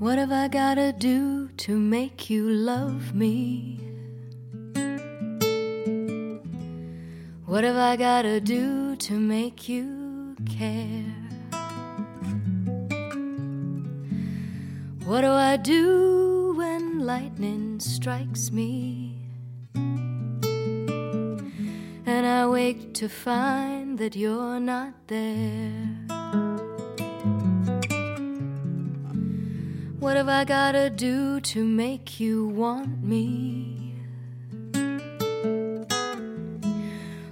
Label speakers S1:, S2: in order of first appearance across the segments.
S1: What have I gotta do to make you love me? What have I gotta do to make you care? What do I do when lightning strikes me? And I wake to find that you're not there. What have I gotta do to make you want me?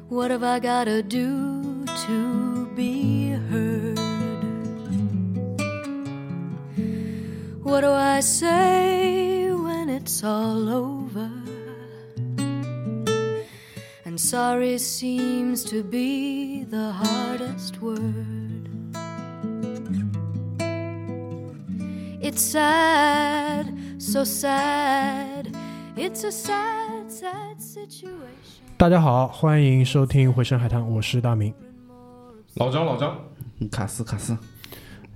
S1: What have I gotta do to be heard? What do I say when it's all over? And sorry seems to be the hardest word. It's sad, so sad. It's a sad, sad situation.
S2: 大家好，欢迎收听《回声海滩》，我是大明。
S3: 老张，老张，
S4: 嗯卡斯卡斯，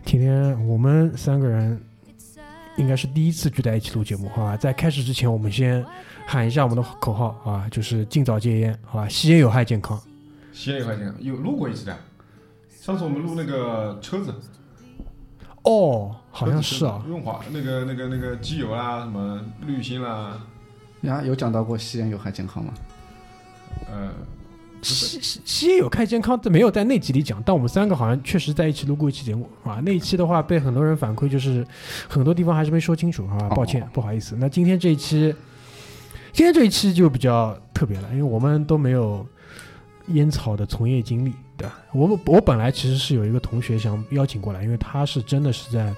S2: 今天我们三个人
S1: It's
S2: 应
S1: sad.
S2: 该是第一次聚在一起录节目，好吧？在开始之前，我们先喊一下我们的口号啊，就是尽早戒烟，好吧？吸烟有害健康。
S3: 吸烟一块钱，有录过一期的。上次我们录那个车子，
S2: 哦，好像是啊
S3: 车子，润滑那个那个那个机油啦，什么滤芯啊啦，
S4: 呀，有讲到过吸烟有害健康吗？
S3: 呃，
S2: 吸吸吸烟有害健康，这没有在那集里讲，但我们三个好像确实在一起录过一期节目啊。那一期的话，被很多人反馈就是很多地方还是没说清楚啊，
S4: 哦
S2: 抱歉，不好意思。那今天这一期，今天这一期就比较特别了，因为我们都没有烟草的从业经历，对吧？我们我本来其实是有一个同学想邀请过来，因为他是真的是在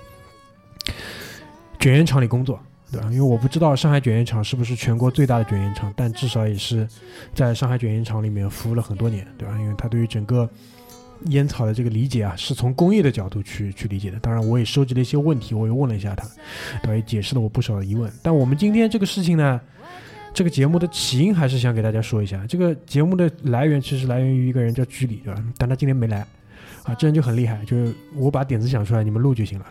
S2: 卷烟厂里工作。对吧？因为我不知道上海卷烟厂是不是全国最大的卷烟厂，但至少也是在上海卷烟厂里面服务了很多年，对吧？因为他对于整个烟草的这个理解啊，是从工业的角度去去理解的。当然，我也收集了一些问题，我也问了一下他，他也解释了我不少的疑问。但我们今天这个事情呢，这个节目的起因还是想给大家说一下。这个节目的来源其实来源于一个人叫居里，对吧？但他今天没来，啊，这人就很厉害，就是我把点子想出来，你们录就行了，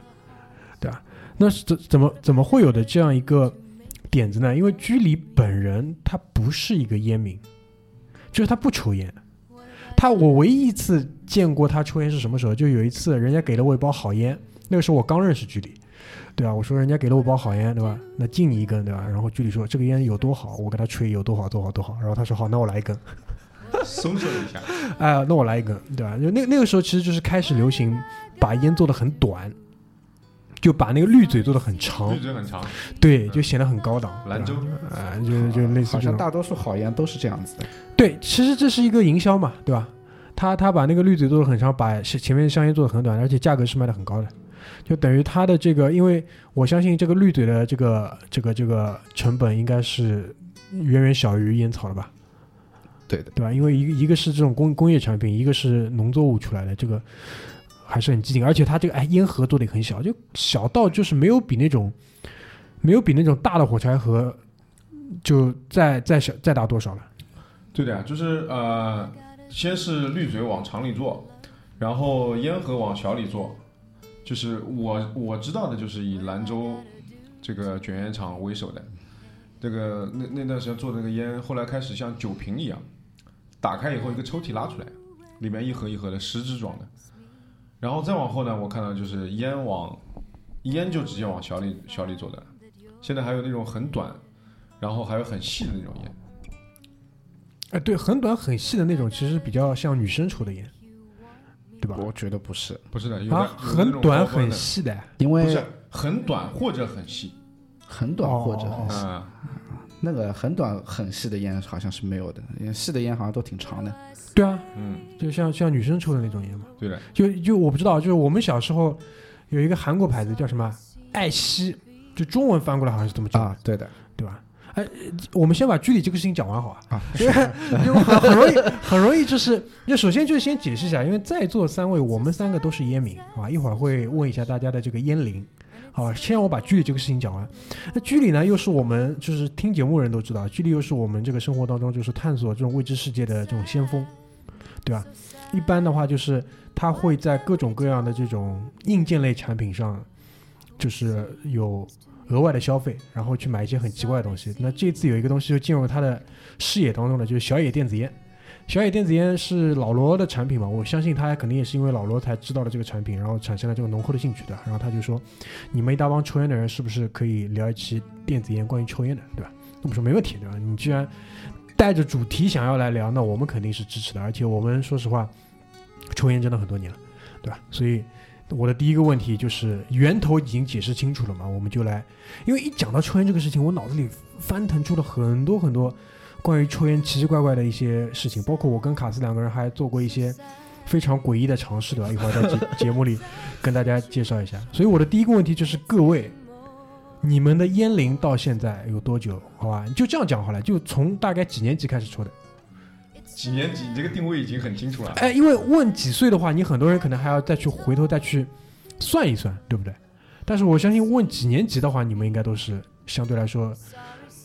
S2: 对吧？那是怎怎么怎么会有的这样一个点子呢？因为居里本人他不是一个烟民，就是他不抽烟。他我唯一一次见过他抽烟是什么时候？就有一次人家给了我一包好烟，那个时候我刚认识居里，对吧、我说人家给了我包好烟，对吧？那敬你一根，对吧？然后居里说这个烟有多好，我给他吹有多好多好多好。然后他说好，那我来一根。
S3: 松手一下，
S2: 哎、那我来一根，对吧？就那那个时候其实就是开始流行把烟做的很短，就把那个滤嘴做的很长
S3: 绿，嘴很长，
S2: 对，就显得很高档。对吧
S3: 兰州，
S2: 啊、就就类似
S4: 好
S2: 这
S4: 像
S2: 种。
S4: 大多数好烟都是这样子的。
S2: 对，其实这是一个营销嘛，对吧？他他把那个滤嘴做的很长，把是前面香烟做的很短，而且价格是卖的很高的，就等于他的这个，因为我相信这个滤嘴的这个这个这个成本应该是远远小于烟草的吧，
S4: 对的，
S2: 对吧？因为一个一个是这种工工业产品，一个是农作物出来的，这个还是很激进，而且它这个哎烟盒做的也很小，就小到就是没有比那种没有比那种大的火柴盒就再再小再大多少了。
S3: 对的呀，就是呃，先是滤嘴往长里做，然后烟盒往小里做，就是我我知道的就是以兰州这个卷烟厂为首的，这个那那段时间做的那个烟，后来开始像酒瓶一样，打开以后一个抽屉拉出来，里面一盒一盒的十支装的，然后再往后呢，我看到就是烟往烟就直接往小里小里做的，现在还有那种很短，然后还有很细的那种烟。
S2: 哎，对，很短很细的那种，其实比较像女生抽的烟，对吧？
S4: 我觉得不是，
S3: 不是的，有的
S2: 啊，
S3: 有的那
S2: 很
S3: 种
S2: 短
S3: 高端
S2: 很
S3: 的
S2: 细的，
S4: 因
S3: 不
S4: 为
S3: 是很短或者很细，
S4: 很短
S2: 哦
S4: 或者
S2: 哦哦
S4: 很细，
S3: 嗯，
S4: 那个很短很细的烟好像是没有的，因为细的烟好像都挺长的。
S2: 对啊，
S3: 嗯，
S2: 就像像女生抽的那种烟嘛。
S3: 对的，
S2: 就就我不知道，就是我们小时候有一个韩国牌子叫什么爱希，就中文翻过来好像是这么叫，
S4: 啊，对的，
S2: 对吧？哎，我们先把居里这个事情讲完好啊，
S4: 啊，
S2: 因为因为很很容易很容易就是，就首先就是先解释一下，因为在座三位我们三个都是烟民，好吧？一会儿会问一下大家的这个烟龄，好吧？先让我把居里这个事情讲完。那居里呢，又是我们就是听节目的人都知道，居里又是我们这个生活当中就是探索这种未知世界的这种先锋，对吧？一般的话就是他会在各种各样的这种硬件类产品上就是有额外的消费，然后去买一些很奇怪的东西。那这次有一个东西就进入他的视野当中了，就是小野电子烟。小野电子烟是老罗的产品嘛？我相信他肯定也是因为老罗才知道了这个产品，然后产生了这个浓厚的兴趣的。然后他就说：“你们一大帮抽烟的人，是不是可以聊一期电子烟关于抽烟的，对吧？”那我说没问题，对吧？你居然带着主题想要来聊，那我们肯定是支持的。而且我们说实话，抽烟真的很多年了，对吧？所以我的第一个问题就是源头已经解释清楚了嘛，我们就来，因为一讲到抽烟这个事情，我脑子里翻腾出了很多很多关于抽烟奇奇怪怪的一些事情，包括我跟卡斯两个人还做过一些。非常诡异的尝试，对吧？一会儿在节节目里跟大家介绍一下。所以我的第一个问题就是，各位，你们的烟龄到现在有多久？好吧，就这样讲好了，就从大概几年级开始抽的？
S3: 几年级？你这个定位已经很清楚了。
S2: 哎，因为问几岁的话，你很多人可能还要再去回头再去算一算，对不对？但是我相信问几年级的话，你们应该都是相对来说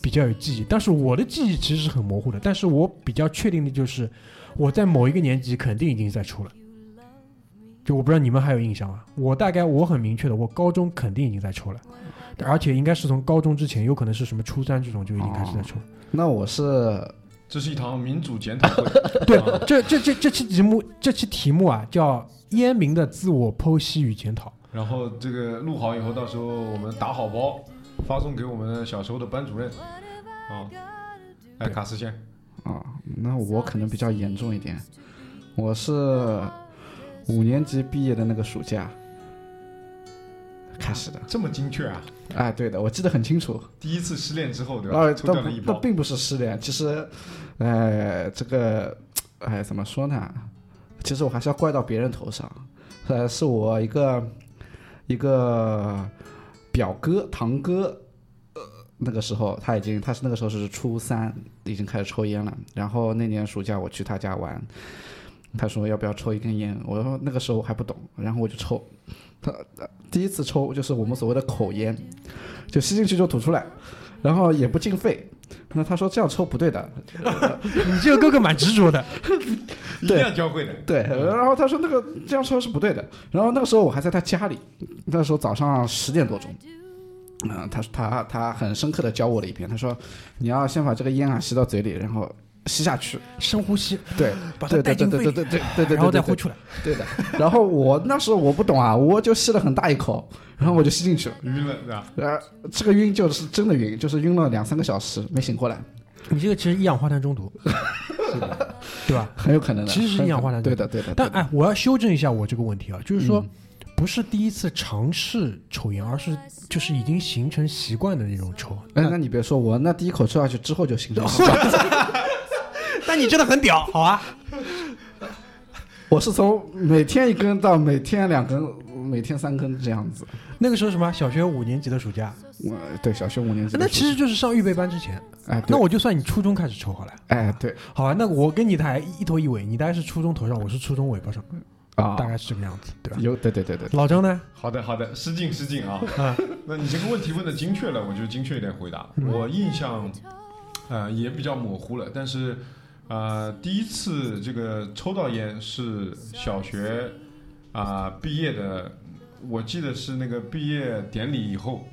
S2: 比较有记忆。但是我的记忆其实是很模糊的，但是我比较确定的就是我在某一个年级肯定已经在抽了。就我不知道你们还有印象吗？我大概我很明确的，我高中肯定已经在抽了，而且应该是从高中之前，有可能是什么初三这种就已经开始在抽了。
S4: 那我是
S3: 这是一堂民主检讨会。
S2: 对
S3: 啊，
S2: 这这这这期节目，这期题目啊叫“烟民的自我剖析与检讨
S3: 然后这个录好以后，到时候我们打好包，发送给我们小时候的班主任。啊，哎，卡斯先，
S4: 啊，那我可能比较严重一点，我是五年级毕业的那个暑假开始的。
S3: 这么精确啊？
S4: 哎，对的，我记得很清楚。
S3: 第一次失恋之后，对吧？
S4: 呃，
S3: 抽
S4: 倒
S3: 掉
S4: 不
S3: 了一
S4: 那
S3: 包。
S4: 并不是失恋，其实，呃，这个，哎，怎么说呢？其实我还是要怪到别人头上，呃，是我一个一个表哥堂哥，呃，那个时候他已经他是那个时候是初三，已经开始抽烟了。然后那年暑假我去他家玩，他说要不要抽一根烟？我说那个时候我还不懂，然后我就抽。他他第一次抽就是我们所谓的口烟，就吸进去就吐出来，然后也不进肺。那他说这样抽不对的，”。
S2: 你这个哥哥蛮执着的，
S3: 一定
S4: 对
S3: 要教会的。
S4: 对。
S2: 嗯
S4: 然后他说那个这样抽是不对的。然后那个时候我还在他家里，那时候早上十点多钟。嗯、他他他很深刻的教我了一遍，他说你要先把这个烟啊吸到嘴里，然后吸下去，
S2: 深呼吸，
S4: 对，
S2: 把它
S4: 对
S2: 带
S4: 对
S2: 进
S4: 对
S2: 肺
S4: 对对
S2: 里，
S4: 对对对对，
S2: 然后再
S4: 对
S2: 呼出来。
S4: 对的。然后我那时候我不懂啊，我就吸了很大一口，然后我就吸进去了，
S3: 晕了，对吧？
S4: 呃，这个晕就是真的晕，就是晕了两三个小时没醒过来，
S2: 你这个其实一氧化碳中 毒，对吧？
S4: 很有可能的。
S2: 其实是
S4: 很
S2: 一氧化
S4: 可能
S2: 碳
S4: 对的对的。
S2: 但
S4: 对的
S2: 哎，我要修正一下我这个问题啊，就是说
S4: 嗯，
S2: 不是第一次尝试抽烟，而是就是已经形成习惯的那种 抽。
S3: 嗯
S4: 哎，那你别说，我那第一口吃下去之后就形成 习惯。
S2: 但你真的很屌，好啊！
S4: 我是从每天一根到每天两根，每天三根这样子。
S2: 那个时候什么小学五年级的暑假，
S4: 我对小学五年级
S2: 那
S4: 的时
S2: 其
S4: 候。
S2: 实就是上预备班之前。
S4: 哎，对
S2: 那我就算你初中开始抽好了。
S4: 哎对
S2: 好啊，那我跟你还一头一尾，你大概是初中头上，我是初中尾巴上，
S4: 啊
S2: 大，概是这个样子，对吧？
S4: 有对对对对，
S2: 老张呢？
S3: 好的，好的，失敬失敬啊。
S2: 啊，
S3: 那你这个问题问的精确了，我就精确一点回答。我印象，呃，也比较模糊了，但是，呃，第一次这个抽到烟是小学啊、毕业的，我记得是那个毕业典礼以后，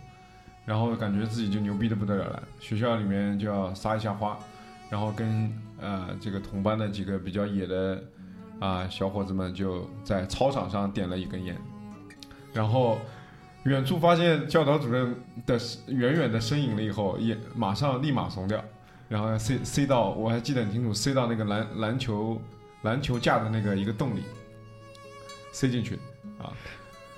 S3: 然后感觉自己就牛逼的不得了了，学校里面就要撒一下花，然后跟呃这个同班的几个比较野的啊、小伙子们就在操场上点了一根烟，然后。远处发现教导主任的远远的身影了以后，也马上立马怂掉，然后塞塞到我还记得很清楚，塞到那个篮篮球篮球架的那个一个洞里，塞进去啊，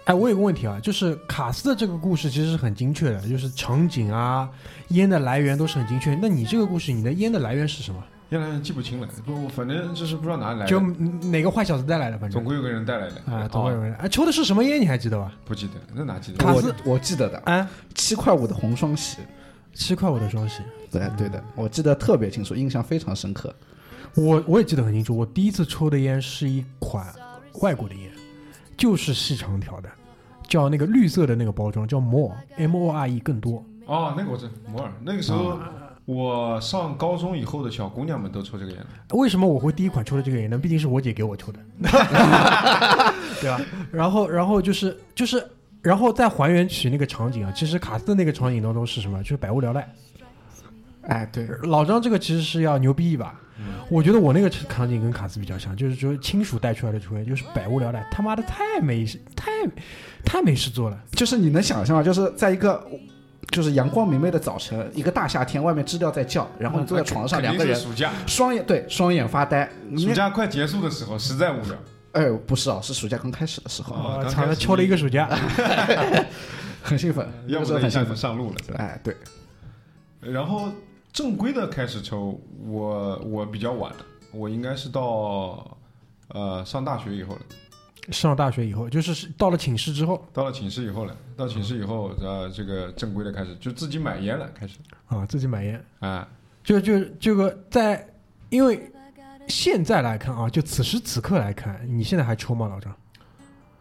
S2: 哎，我有个问题啊，就是卡斯的这个故事其实是很精确的，就是场景啊、烟的来源都是很精确。那你这个故事，你的烟的来源是什么？
S3: 原来记不清了，不，反正就是不知道哪里来
S2: 就
S3: 的，
S2: 哪个坏小子带来的，反
S3: 总
S2: 正
S3: 归有个人带来的
S2: 啊，总会有
S3: 哦
S2: 人。哎，抽的是什么烟？你还记得吧？
S3: 不记得，那哪记
S2: 卡
S3: 得？
S2: 斯
S4: 我我记得的，
S3: 哎
S2: 啊，
S4: 七块五的红双喜。
S2: 七块五的双喜，
S4: 对
S3: 嗯
S4: 对的，我记得特别清楚，印象非常深刻。
S2: 我我也记得很清楚。我第一次抽的烟是一款外国的烟，就是细长条的，叫那个绿色的那个包装，叫 More M O R E 更多。
S3: 哦，那个我知道，摩尔，那个时
S4: 啊
S3: 候我上高中以后的小姑娘们都抽这个烟了，
S2: 为什么我会第一款抽的这个烟呢？毕 竟是我姐给我抽的，对吧？然后，然后就是就是然后再还原起那个场景啊，其实卡斯的那个场景当中是什么？就是百无聊赖。
S4: 哎，对，
S2: 老张这个其实是要牛逼一把，
S3: 嗯
S2: 我觉得我那个场景跟卡斯比较像，就是说亲属带出来的球员就是百无聊赖，他妈的太没事，太太没事做了。
S4: 就是你能想象吗？就是在一个就是阳光明媚的早晨，一个大夏天，外面知了在叫，然后你坐在床啊
S3: 嗯
S4: 上，
S3: 肯
S4: 两
S3: 定
S4: 个人
S3: 是暑假，
S4: 双眼对双眼发呆。你
S3: 暑假快结束的时候实在无聊，
S4: 哎，不是啊，是暑假刚开始的时候，
S3: 哦
S2: 我
S3: 刚
S2: 操，
S3: 开
S2: 他
S3: 始
S2: 敲啊了一个暑假，
S4: 很兴奋，
S3: 嗯要
S4: 那
S3: 不
S4: 时候
S3: 然一
S4: 很
S3: 下子
S4: 兴奋。
S3: 上路了。
S4: 哎，对，
S3: 然后正规的开始抽，我我比较晚了，我应该是到呃上大学以后了，
S2: 上大学以后，就是是到了寝室之后
S3: 到了寝室以后了，到寝室以后呃这个正规的开始就自己买烟了开始，
S2: 啊，自己买烟，
S3: 啊
S2: 就就这个在，因为现在来看啊，就此时此刻来看，你现在还抽吗，老张？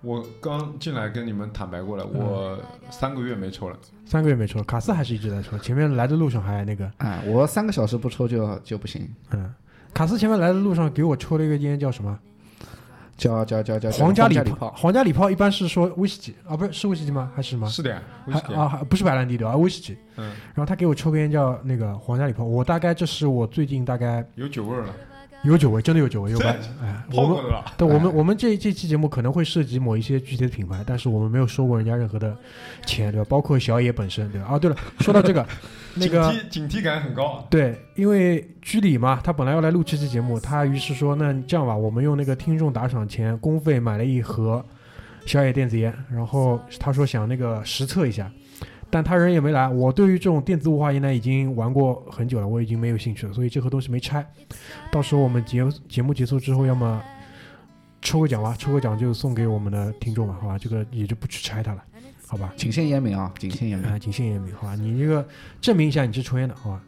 S3: 我刚进来跟你们坦白过
S2: 嗯
S3: 了，我三个月没抽了，
S2: 三个月没抽了，卡斯还是一直在抽，前面来的路上还那个，
S4: 哎，我三个小时不抽就就不行，
S2: 嗯，卡斯前面来的路上给我抽了一个烟，叫什么？
S4: 叫叫叫叫叫
S2: 皇家礼
S4: 礼
S2: 炮，，皇家礼炮一般是说威士忌啊，不是是威士忌吗？还是什么？
S3: 是的呀，威
S2: 还
S3: 士忌
S2: 啊，还不是白兰地的啊，威士忌。
S3: 嗯，
S2: 然后他给我抽根烟叫那个皇家礼炮，我大概这是我最近大概
S3: 有酒味儿了，
S2: 有酒味，真的有酒味，有 白哎，我
S3: 泡
S2: 们
S3: 过的了，
S2: 对，我们我们这这期节目可能会涉及某一些具体的品牌，但是我们没有收过人家任何的钱，对吧？包括小野本身，对吧？啊，对了，说到这个，那个
S3: 警惕警惕感很高，
S2: 对，因为居里嘛，他本来要来录这期节目，他于是说，那这样吧，我们用那个听众打赏钱公费买了一盒小野电子烟，然后他说想那个实测一下，但他人也没来。我对于这种电子雾化烟呢，已经玩过很久了，我已经没有兴趣了，所以这盒东西没拆。到时候我们节节目结束之后，要么抽个奖吧，抽个奖就送给我们的听众吧，好吧，这个也就不去拆它了，好吧。
S4: 仅限烟民啊，仅限烟民。
S2: 啊，谨慎严明，好吧？你这个证明一下你是抽烟的，好吧？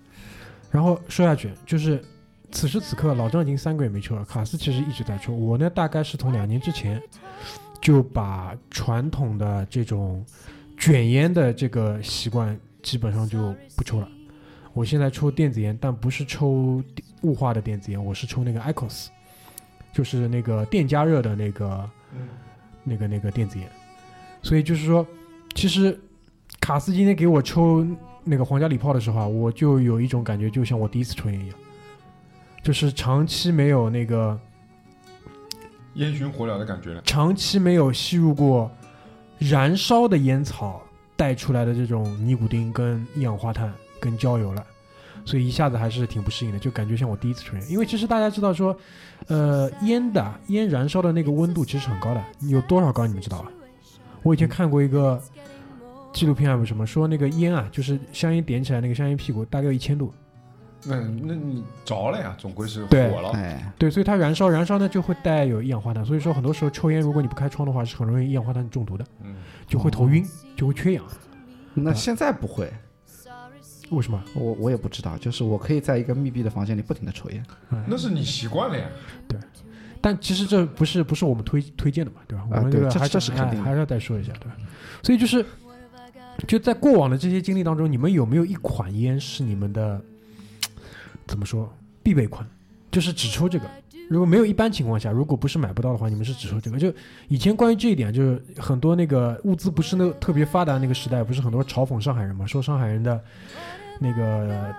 S2: 然后说下去，就是此时此刻，老张已经三个月没抽了，卡斯其实一直在抽。我呢，大概是从两年之前就把传统的这种卷烟的这个习惯基本上就不抽了。我现在抽电子烟，但不是抽雾化的电子烟，我是抽那个 ICOS，就是那个电加热的那个、那个那个电子烟。所以就是说，其实卡斯今天给我抽那个皇家礼炮的时候啊，我就有一种感觉，就像我第一次抽烟一样，就是长期没有那个
S3: 烟熏火燎的感觉了，
S2: 长期没有吸入过燃烧的烟草带出来的这种尼古丁跟一氧化碳跟焦油了。所以一下子还是挺不适应的，就感觉像我第一次抽烟。因为其实大家知道说，呃，烟的烟燃烧的那个温度其实很高的，有多少高你们知道啊吧？我以前看过一个纪录片还是什么，说那个烟啊，就是香烟点起来那个香烟屁股大概有一千度，
S3: 那那你着了呀，总归是
S2: 对
S3: 火了，
S4: 哎，
S2: 对，所以它燃烧，燃烧呢就会带有一氧化碳，所以说很多时候抽烟，如果你不开窗的话，是很容易一氧化碳中毒的，
S3: 嗯，
S2: 就会头晕，就会缺氧。
S4: 那现在不会，
S2: 为什么？
S4: 我我也不知道，就是我可以在一个密闭的房间里不停的抽烟。
S2: 嗯
S3: 那是你习惯了呀，
S2: 但其实这不是不是我们推推荐的嘛，对吧？我
S4: 啊
S2: 们这
S4: 对
S2: 个
S4: 这
S2: 还
S4: 这是肯
S2: 哎
S4: 定的
S2: 还是要再说一下，对吧？所以就是就在过往的这些经历当中，你们有没有一款烟是你们的怎么说必备款？就是只抽这个。如果没有一般情况下，如果不是买不到的话，你们是只抽这个。就以前关于这一点，就是很多那个物资不是那特别发达那个时代，不是很多嘲讽上海人嘛，说上海人的那个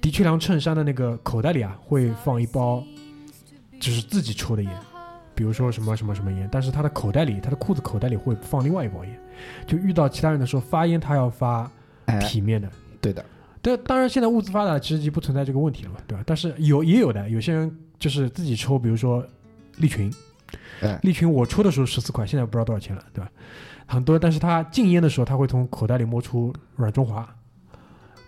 S2: 的确良衬衫的那个口袋里啊，会放一包就是自己抽的烟，比如说什么什么什么烟，但是他的口袋里，他的裤子口袋里会放另外一包烟。就遇到其他人的时候，发烟他要发
S4: 哎，
S2: 体面的。
S4: 对的，
S2: 但当然，现在物资发达，其实已经不存在这个问题了嘛，对吧？但是有也有的，有些人就是自己抽，比如说利群，
S4: 哎
S2: 利群我抽的时候十四块，现在不知道多少钱了，对吧？很多，但是他禁烟的时候，他会从口袋里摸出软中华，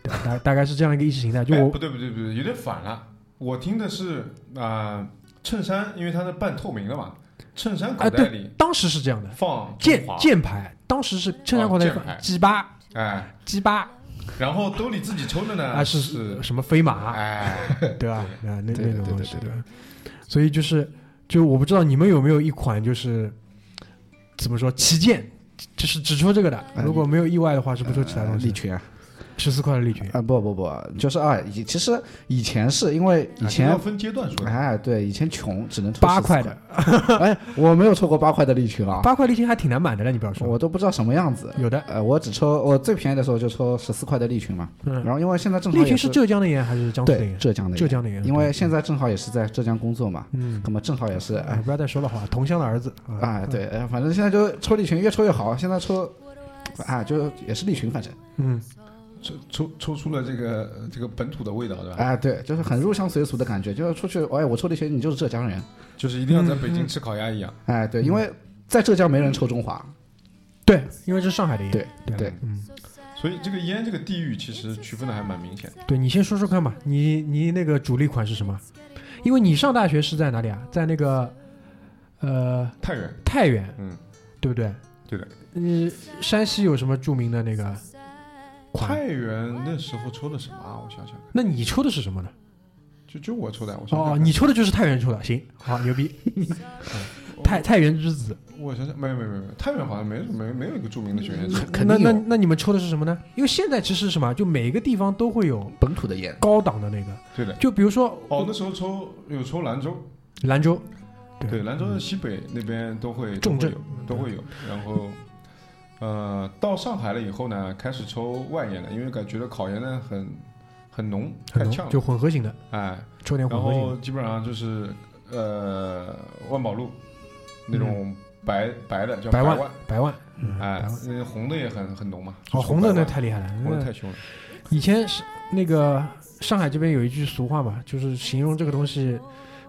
S2: 对吧大大概是这样一个意识形态。就
S3: 哎
S2: 我
S3: 不对不对不对，有点反了。我听的是啊，衬衫，因为它是半透明的嘛，衬衫口
S2: 哎
S3: 袋
S2: 对
S3: 里
S2: 当时是这样的，
S3: 放
S2: 箭
S3: 中华
S2: 箭牌，当时是衬衫
S3: 哦
S2: 口袋
S3: 箭牌
S2: 鸡巴
S3: 哎，
S2: 鸡巴
S3: 然后兜里自己抽的呢
S2: 啊是
S3: 是
S2: 什么飞马，
S3: 哎，
S2: 对吧？啊，那
S4: 对
S2: 那种
S4: 对
S2: 东
S4: 对
S2: 西，
S4: 对
S2: 吧？所以就是，就我不知道你们有没有一款就是怎么说旗舰，就是只抽这个的。
S4: 哎
S2: 如果没有意外的话，是不抽其他东
S4: 利
S2: 西的。
S4: 哎群啊，
S2: 十四块的礼券，
S4: 呃啊，不不不，就是啊，以其实以前是因为以
S3: 啊
S4: 前
S3: 要分阶段说的，
S4: 哎，对，以前穷只能抽
S2: 八
S4: 10
S2: 块的，
S4: 哎，我没有抽过八块的利群啊，
S2: 八块礼券还挺难买的了，你不要说，
S4: 我都不知道什么样子。
S2: 有的
S4: 呃，我只抽我最便宜的时候就抽十四块的利群嘛，
S2: 嗯
S4: 然后因为现在正好
S2: 利
S4: 也
S2: 群是浙江的盐还是江苏的
S4: 对
S2: 盐？
S4: 浙江的，
S2: 浙，江的盐，
S4: 因为
S2: 对
S4: 现在正好也是在浙江工作嘛，
S2: 嗯，
S4: 那么正好也是哎
S2: 哎，不要再说了话，同乡的儿子啊，
S4: 啊，对，哎反正现在就抽利群越抽越好，现在抽啊就也是利群，反正
S2: 嗯，
S3: 抽抽抽出了这个呃这个本土的味道，对
S2: 哎
S3: 吧？
S4: 啊对，就是很入乡随俗的感觉，就是出去哎我抽利群你就是浙江人，
S3: 就是一定要在
S2: 嗯
S3: 北京吃烤鸭一样。
S4: 哎对，因为在浙江没人抽中华，
S2: 对，因为这是上海的盐，
S4: 对
S2: 对
S4: 对，
S2: 嗯，
S3: 所以这个烟这个地域其实区分的还蛮明显的。
S2: 对你先说说看吧，你你那个主力款是什么？因为你上大学是在哪里啊？在那个呃
S3: 太原，
S2: 太原，
S3: 嗯，
S2: 对不对？
S3: 对的。
S2: 嗯，山西有什么著名的那个款？
S3: 太原那时候抽的什么啊？我想想看，
S2: 那你抽的是什么呢？
S3: 就就我抽的，我想
S2: 哦，
S3: 想看
S2: 你抽的就是太原抽的，行，好牛 逼！嗯太太原之子，
S3: 我想想，没有没有没有没有，太原好像没没没有一个著名的卷烟厂。
S4: 肯
S2: 那
S4: 定
S2: 那
S4: 有
S2: 那你们抽的是什么呢？因为现在其实是什么，就每个地方都会有
S4: 本土的烟，
S2: 高档的那个，
S3: 对的，
S2: 就比如说
S3: 哦，那时候抽有抽兰州，
S2: 兰州，
S3: 对，兰州的西北那边都会
S2: 嗯重镇嗯
S3: 都会有，都会有。然后，呃，到上海了以后呢，开始抽外烟了，因为感觉得烤烟呢很很浓，
S2: 很
S3: 太呛
S2: 浓，
S3: 了，
S2: 就混合型的，
S3: 哎，
S2: 抽点
S3: 然
S2: 混合型
S3: 后
S2: 的，
S3: 基本上就是呃万宝路那种白、白的叫
S2: 嗯白
S3: 万
S2: 万，白万，嗯，
S3: 哎
S2: 白万，，
S3: 那红的也很很浓嘛，就
S2: 哦，
S3: 是
S2: 红的那
S3: 白
S2: 太厉害了，
S3: 万红的
S2: 那嗯
S3: 太凶了，
S2: 以前是那个上海这边有一句俗话嘛，就是形容这个东西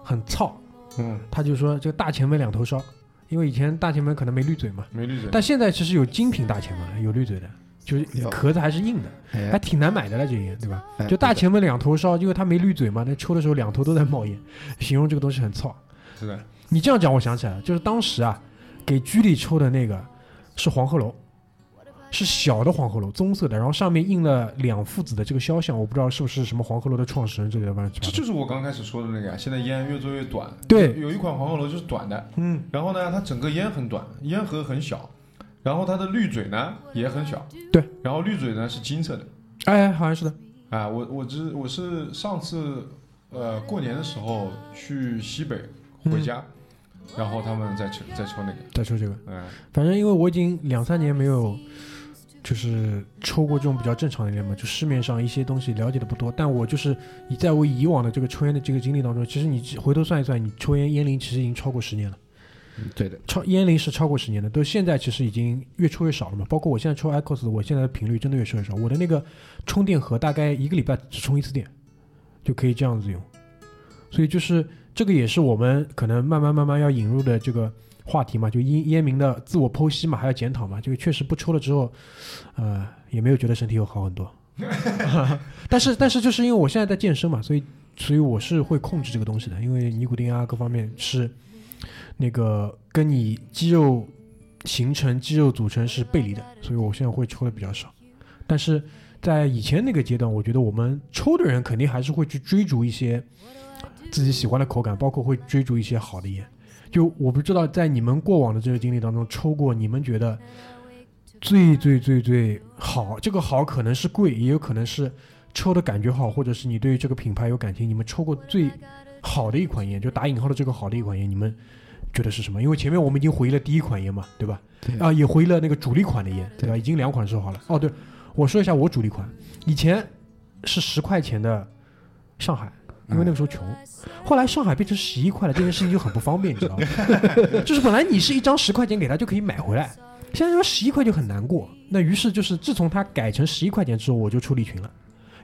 S2: 很糙，
S3: 嗯，
S2: 他就说这个大前门两头烧，因为以前大前门可能没滤嘴嘛，
S3: 没绿嘴，
S2: 但现在其实有精品大前门了，有滤嘴的，就是
S4: 有
S2: 壳子还是硬的，还
S4: 哎
S2: 挺难买的了，这烟对吧？
S4: 哎
S2: 就大
S4: 对的
S2: 前门两头烧，因为它没滤嘴嘛，那抽的时候两头都在冒烟，形容这个东西很糙。
S3: 是的，
S2: 你这样讲，我想起来了，就是当时啊，给居里抽的那个是黄鹤楼，是小的黄鹤楼，棕色的，然后上面印了两父子的这个肖像，我不知道是不是什么黄鹤楼的创始人之类的乱七八
S3: 这
S2: 糟。
S3: 就是我刚开始说的那个呀。现在烟越做越短，
S2: 啊对，
S3: 有一款黄鹤楼就是短的，
S2: 嗯，
S3: 然后呢，它整个烟很短，烟盒很小，然后它的滤嘴呢也很小，
S2: 对，
S3: 然后滤嘴呢是金色的，
S2: 哎，好像是的，
S3: 啊，我我只我是上次呃过年的时候去西北
S2: 嗯
S3: 回家，然后他们在抽在抽那个，
S2: 在抽这个。
S3: 嗯，
S2: 反正因为我已经两三年没有，就是抽过这种比较正常的烟嘛，就市面上一些东西了解的不多。但我就是以在我以往的这个抽烟的这个经历当中，其实你回头算一算，你抽烟烟龄其实已经超过十年了，
S4: 对的，
S2: 超烟龄是超过十年的。都现在其实已经越抽越少了嘛。包括我现在抽 IQOS，的我现在的频率真的越抽越少。我的那个充电盒大概一个礼拜只充一次电，就可以这样子用。所以就是这个也是我们可能慢慢慢慢要引入的这个话题嘛，就烟烟民的自我剖析嘛，还要检讨嘛。这个确实不抽了之后，呃，也没有觉得身体有好很多。 但是但是就是因为我现在在健身嘛，所以所以我是会控制这个东西的，因为尼古丁啊各方面是那个跟你肌肉形成、肌肉组成是背离的，所以我现在会抽的比较少。但是在以前那个阶段，我觉得我们抽的人肯定还是会去追逐一些自己喜欢的口感，包括会追逐一些好的烟。就我不知道在你们过往的这个经历当中，抽过你们觉得最最最最好，这个好可能是贵，也有可能是抽的感觉好，或者是你对于这个品牌有感情。你们抽过最好的一款烟，就打引号的这个好的一款烟，你们觉得是什么？因为前面我们已经回忆了第一款烟嘛，对吧？
S4: 对
S2: 啊，也回忆了那个主力款的烟，对吧？已经两款说好了。哦，对，我说一下我主力款，以前是十块钱的上海，因为那个时候穷。后来上海变成十一块了，这件事情就很不方便，你知道吗？就是本来你是一张十块钱给他就可以买回来，现在说十一块就很难过。那于是就是自从他改成十一块钱之后，我就出利群了，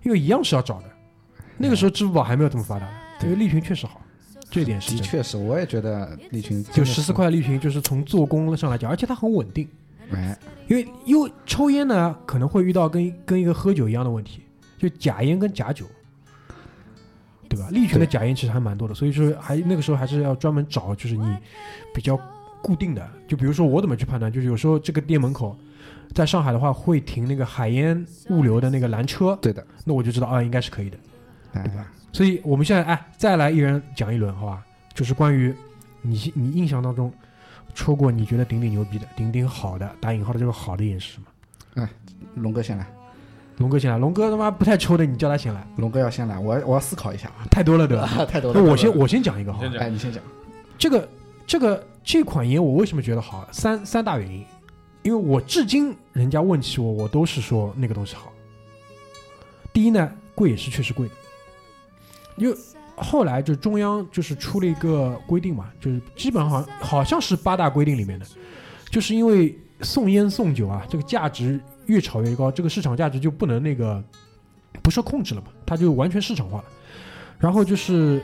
S2: 因为一样是要找的。那个时候支付宝还没有这么发达，因为利群确实好，这一点是
S4: 的
S2: 真的。
S4: 确是，我也觉得利群
S2: 就十四，块利群，就是从做工上来讲，而且它很稳定。
S4: 哎，
S2: 因为又抽烟呢，可能会遇到跟跟一个喝酒一样的问题，就假烟跟假酒，对吧？利群的假烟其实还蛮多的，所以说还那个时候还是要专门找，就是你比较固定的，就比如说我怎么去判断，就是有时候这个店门口，在上海的话会停那个海烟物流的那个拦车，
S4: 对的，
S2: 那我就知道啊，应该是可以的。
S4: 哎，
S2: 嗯所以我们现在哎，再来一人讲一轮，好吧？就是关于你你印象当中抽过你觉得顶顶牛逼的、顶顶好的（打引号的这个好的）烟是什么？
S4: 龙哥先来，
S2: 龙哥先来，龙哥他妈不太抽的，你叫他先来，
S4: 龙哥要先来，我我要思考一下，
S2: 太多了对吧？
S4: 啊， 太多了。
S2: 那我先
S4: 太多了
S2: 我先讲一个好了
S3: 先，讲
S4: 哎，你先讲。
S2: 这个这个这款烟我为什么觉得好？啊三三大原因，因为我至今人家问起我，我都是说那个东西好。第一呢，贵也是确实贵的，因为后来就中央就是出了一个规定嘛，就是基本上好像好像是八大规定里面的，就是因为送烟送酒啊，这个价值越炒越高，这个市场价值就不能那个不受控制了嘛，它就完全市场化了。然后就是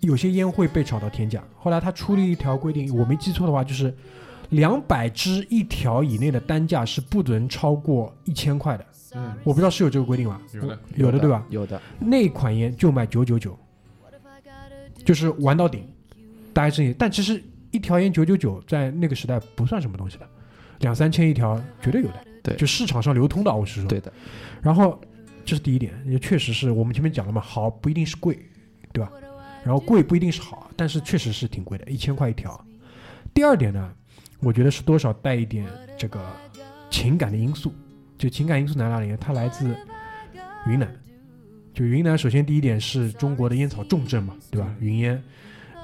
S2: 有些烟会被炒到天价。后来他出了一条规定，我没记错的话，就是两百支一条以内的单价是不能超过一千块的。
S3: 嗯，
S2: 我不知道是有这个规定吧？
S3: 有的，
S2: 有的对吧？？
S4: 有的，
S2: 那款烟就卖九九九，就是玩到顶，大概是这样。但其实一条烟九九九在那个时代不算什么东西的，两三千一条绝对有的。
S4: 对
S2: 就市场上流通的，我是说。
S4: 对的，
S2: 然后这是第一点，也确实是我们前面讲了嘛，好不一定是贵，对吧？然后贵不一定是好，但是确实是挺贵的，一千块一条。第二点呢，我觉得是多少带一点这个情感的因素，就情感因素哪哪里呢？它来自云南，就云南首先第一点是中国的烟草重镇嘛，对吧？云烟。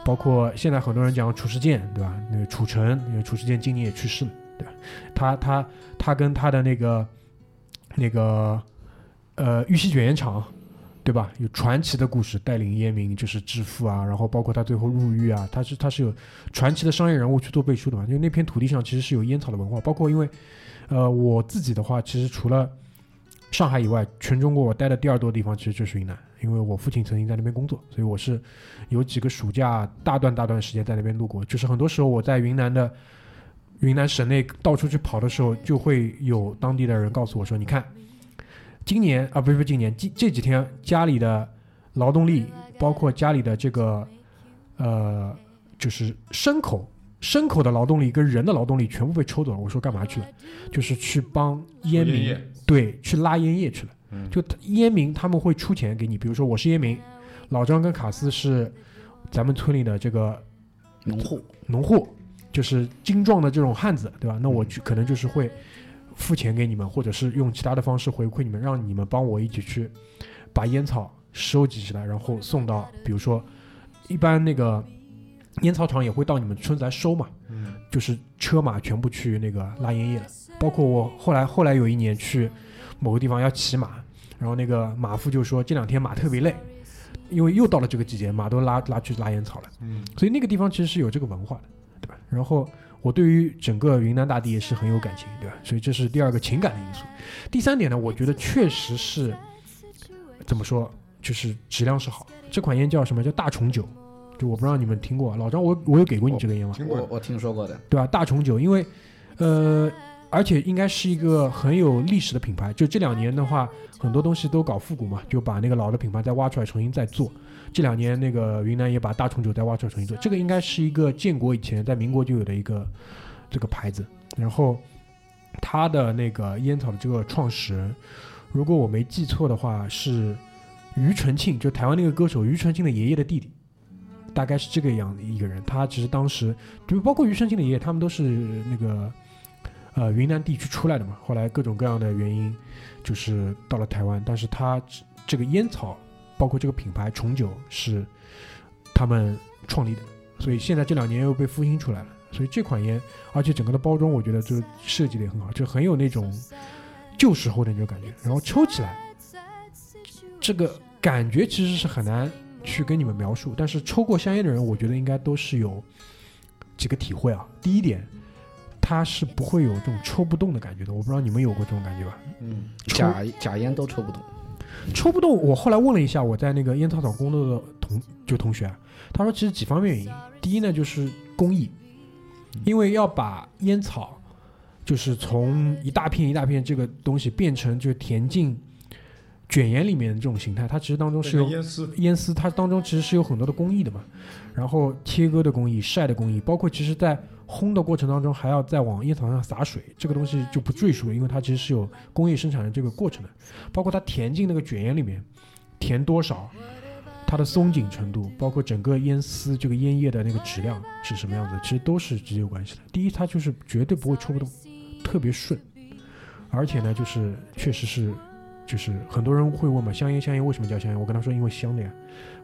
S2: 包括现在很多人讲褚时健，对吧？那个褚橙，因为褚时健今年也去世了，对吧？他他他跟他的那个那个呃玉溪卷烟厂，对吧？有传奇的故事，带领烟民就是致富啊，然后包括他最后入狱啊，他是他是有传奇的商业人物去做背书的嘛。就那片土地上其实是有烟草的文化，包括因为呃我自己的话，其实除了上海以外，全中国我待的第二多地方其实就是云南，因为我父亲曾经在那边工作，所以我是有几个暑假大段大段时间在那边度过。就是很多时候我在云南的云南省内到处去跑的时候，就会有当地的人告诉我说：“你看，今年啊，不是不是今年，这这几天家里的劳动力，包括家里的这个呃，就是牲口。”牲口的劳动力跟人的劳动力全部被抽走了。我说干嘛去了？就是去帮烟
S3: 烟
S2: 民
S3: 叶
S2: 对，去拉烟叶去了。
S3: 嗯
S2: 就烟民他们会出钱给你，比如说我是烟民，老张跟卡斯是咱们村里的这个
S4: 农户
S2: 农户，就是精壮的这种汉子，对吧？那我
S4: 嗯
S2: 去可能就是会付钱给你们，或者是用其他的方式回馈你们，让你们帮我一起去把烟草收集起来，然后送到，比如说一般那个烟草厂也会到你们村子来收嘛，
S3: 嗯，
S2: 就是车马全部去那个拉烟叶了。包括我后来后来有一年去某个地方要骑马，然后那个马夫就说这两天马特别累，因为又到了这个季节，马都拉拉去拉烟草了。
S3: 嗯，
S2: 所以那个地方其实是有这个文化的，对吧？然后我对于整个云南大地也是很有感情，对吧？所以这是第二个情感的因素。第三点呢，我觉得确实是怎么说，就是质量是好。这款烟叫什么？叫大重九，就我不知道你们听过啊，老张我我有给过你这个烟吗？
S3: 听
S4: 我
S3: 过，
S4: 我听说过的，
S2: 对吧？大重酒，因为呃，而且应该是一个很有历史的品牌。就这两年的话，很多东西都搞复古嘛，就把那个老的品牌再挖出来重新再做。这两年那个云南也把大重酒再挖出来重新做，这个应该是一个建国以前在民国就有的一个这个牌子。然后它的那个烟草的这个创始人，如果我没记错的话，是庾澄庆，就台湾那个歌手庾澄庆的爷爷的弟弟。大概是这个样的一个人，他其实当时就包括庾澄庆的爷爷，他们都是那个呃云南地区出来的嘛。后来各种各样的原因，就是到了台湾，但是他这这个烟草，包括这个品牌重九是他们创立的，所以现在这两年又被复兴出来了。所以这款烟，而且整个的包装，我觉得就设计的也很好，就很有那种旧时候的那种感觉。然后抽起来，这个感觉其实是很难去跟你们描述，但是抽过香烟的人，我觉得应该都是有几个体会啊。第一点，它是不会有这种抽不动的感觉的。我不知道你们有过这种感觉吧？
S3: 嗯，
S2: 抽
S4: 假假烟都抽不动，
S2: 抽不动。我后来问了一下我在那个烟草厂工作的同就同学啊，他说其实几方面原因。第一呢，就是工艺，因为要把烟草就是从一大片一大片这个东西变成就是田径卷烟里面的这种形态，它其实当中是
S3: 那
S2: 有
S3: 个烟丝，
S2: 烟丝它当中其实是有很多的工艺的嘛，然后切割的工艺、晒的工艺，包括其实在烘的过程当中还要再往烟草上洒水，这个东西就不赘述了，因为它其实是有工业生产的这个过程的，包括它填进那个卷烟里面，填多少，它的松紧程度，包括整个烟丝这个烟叶的那个质量是什么样子，其实都是直接有关系的。第一，它就是绝对不会抽不动，特别顺，而且呢，就是确实是就是很多人会问嘛，香烟香烟为什么叫香烟？我跟他说因为香的呀，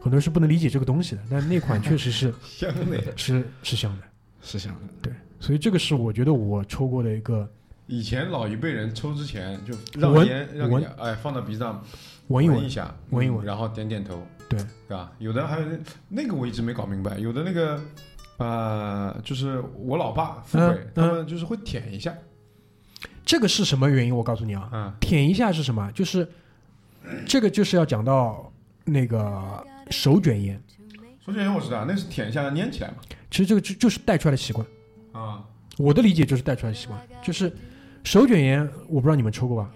S2: 很多人是不能理解这个东西的。但那款确实是
S3: 香的
S2: 是是香的，
S4: 是想的。
S2: 所以这个是我觉得我抽过的一个
S3: 以前老一辈人抽之前就让
S2: 闻
S3: 烟让
S2: 闻
S3: 烟哎放到鼻子上
S2: 闻一
S3: 闻
S2: 闻
S3: 一，下，
S2: 闻一闻
S3: 嗯然后点点头，
S2: 对
S3: 是吧？有的还有那个我一直没搞明白，有的那个呃，就是我老爸父辈、
S2: 嗯嗯
S3: 他们就是会舔一下，
S2: 这个是什么原因？我告诉你啊，
S3: 嗯
S2: 舔一下是什么？就是这个就是要讲到那个手卷烟，
S3: 手卷烟我知道，那是舔一下粘起来嘛，
S2: 其实这个就就是带出来的习惯。
S3: 啊、
S2: 我的理解就是带出来的习惯，就是手卷烟，我不知道你们抽过吧？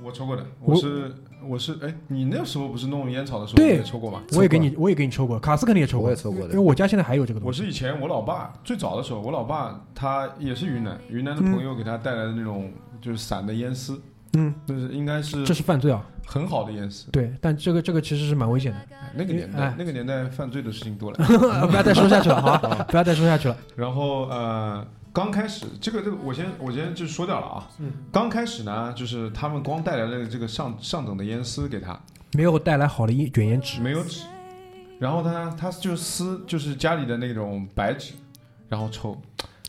S3: 我抽过的，
S2: 我
S3: 我是我是哎，你那时候不是弄烟草的时候
S2: 对
S3: 也抽过吗？
S2: 我也给你，我也给你抽过，卡斯肯定也抽
S4: 我
S2: 过
S4: 也，抽过
S2: 因
S4: 的
S2: 为，我家现在还有这个
S3: 我
S2: 东西。
S3: 是以前我老爸最早的时候，我老爸他也是云南，云南的朋友给他带来的那种就是散的烟丝，
S2: 嗯，
S3: 就是应该是
S2: 这是犯罪啊，
S3: 很好的烟丝。
S2: 对，但这个这个其实是蛮危险的，
S3: 那个年代
S2: 哎，
S3: 那个年代犯罪的事情多了。
S2: 不要再说下去了，好吧，不要再说下去了。
S3: 然后呃，刚开始这个这个，我先我先就说掉了啊。
S2: 嗯。
S3: 刚开始呢，就是他们光带来了这个上上等的烟丝给他，
S2: 没有带来好的烟卷烟纸，
S3: 没有纸，然后他他就撕就是家里的那种白纸，然后抽，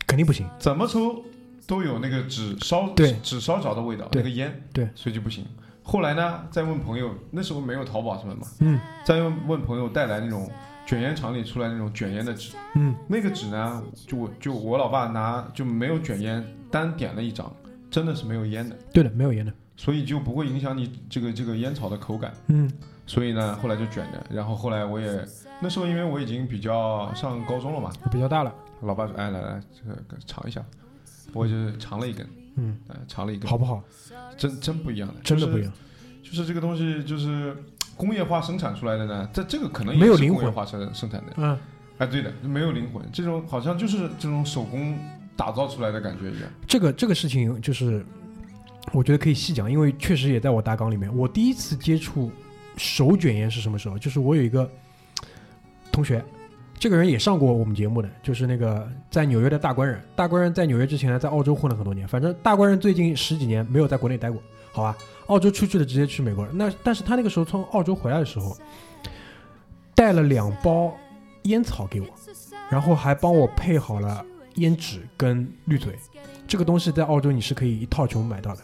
S2: 肯定不行。
S3: 怎么抽都有那个纸烧
S2: 对
S3: 纸烧着的味道，
S2: 对
S3: 那个烟
S2: 对，
S3: 所以就不行。后来呢，再问朋友，那时候没有淘宝什么的嘛，
S2: 嗯
S3: 再问问朋友带来那种卷烟厂里出来那种卷烟的纸。
S2: 嗯，
S3: 那个纸呢，就我就我老爸拿就没有卷烟，单点了一张，真的是没有烟的，
S2: 对的，没有烟的。
S3: 所以就不会影响你这个这个烟草的口感。
S2: 嗯
S3: 所以呢，后来就卷着，然后后来我也那时候因为我已经比较上高中了嘛，
S2: 比较大了，
S3: 老爸说：“哎，来来，这个尝一下。”我就尝了一根，
S2: 嗯，
S3: 呃，尝了一根，
S2: 好不好？
S3: 真真不一样的，
S2: 真的不一样。
S3: 就是。就是这个东西，就是工业化生产出来的呢，这这个可能也
S2: 没有
S3: 是
S2: 灵
S3: 工业
S2: 魂
S3: 化生生产的，
S2: 嗯，
S3: 哎，对的，没有灵魂，这种好像就是这种手工打造出来的感觉一样。
S2: 这个这个事情就是，我觉得可以细讲，因为确实也在我大纲里面。我第一次接触手卷烟是什么时候？就是我有一个同学，这个人也上过我们节目的，就是那个在纽约的大官人。大官人在纽约之前呢，在澳洲混了很多年，反正大官人最近十几年没有在国内待过，好吧？澳洲出去了，直接去美国了。那但是他那个时候从澳洲回来的时候，带了两包烟草给我，然后还帮我配好了烟纸跟滤嘴。这个东西在澳洲你是可以一套全部买到的。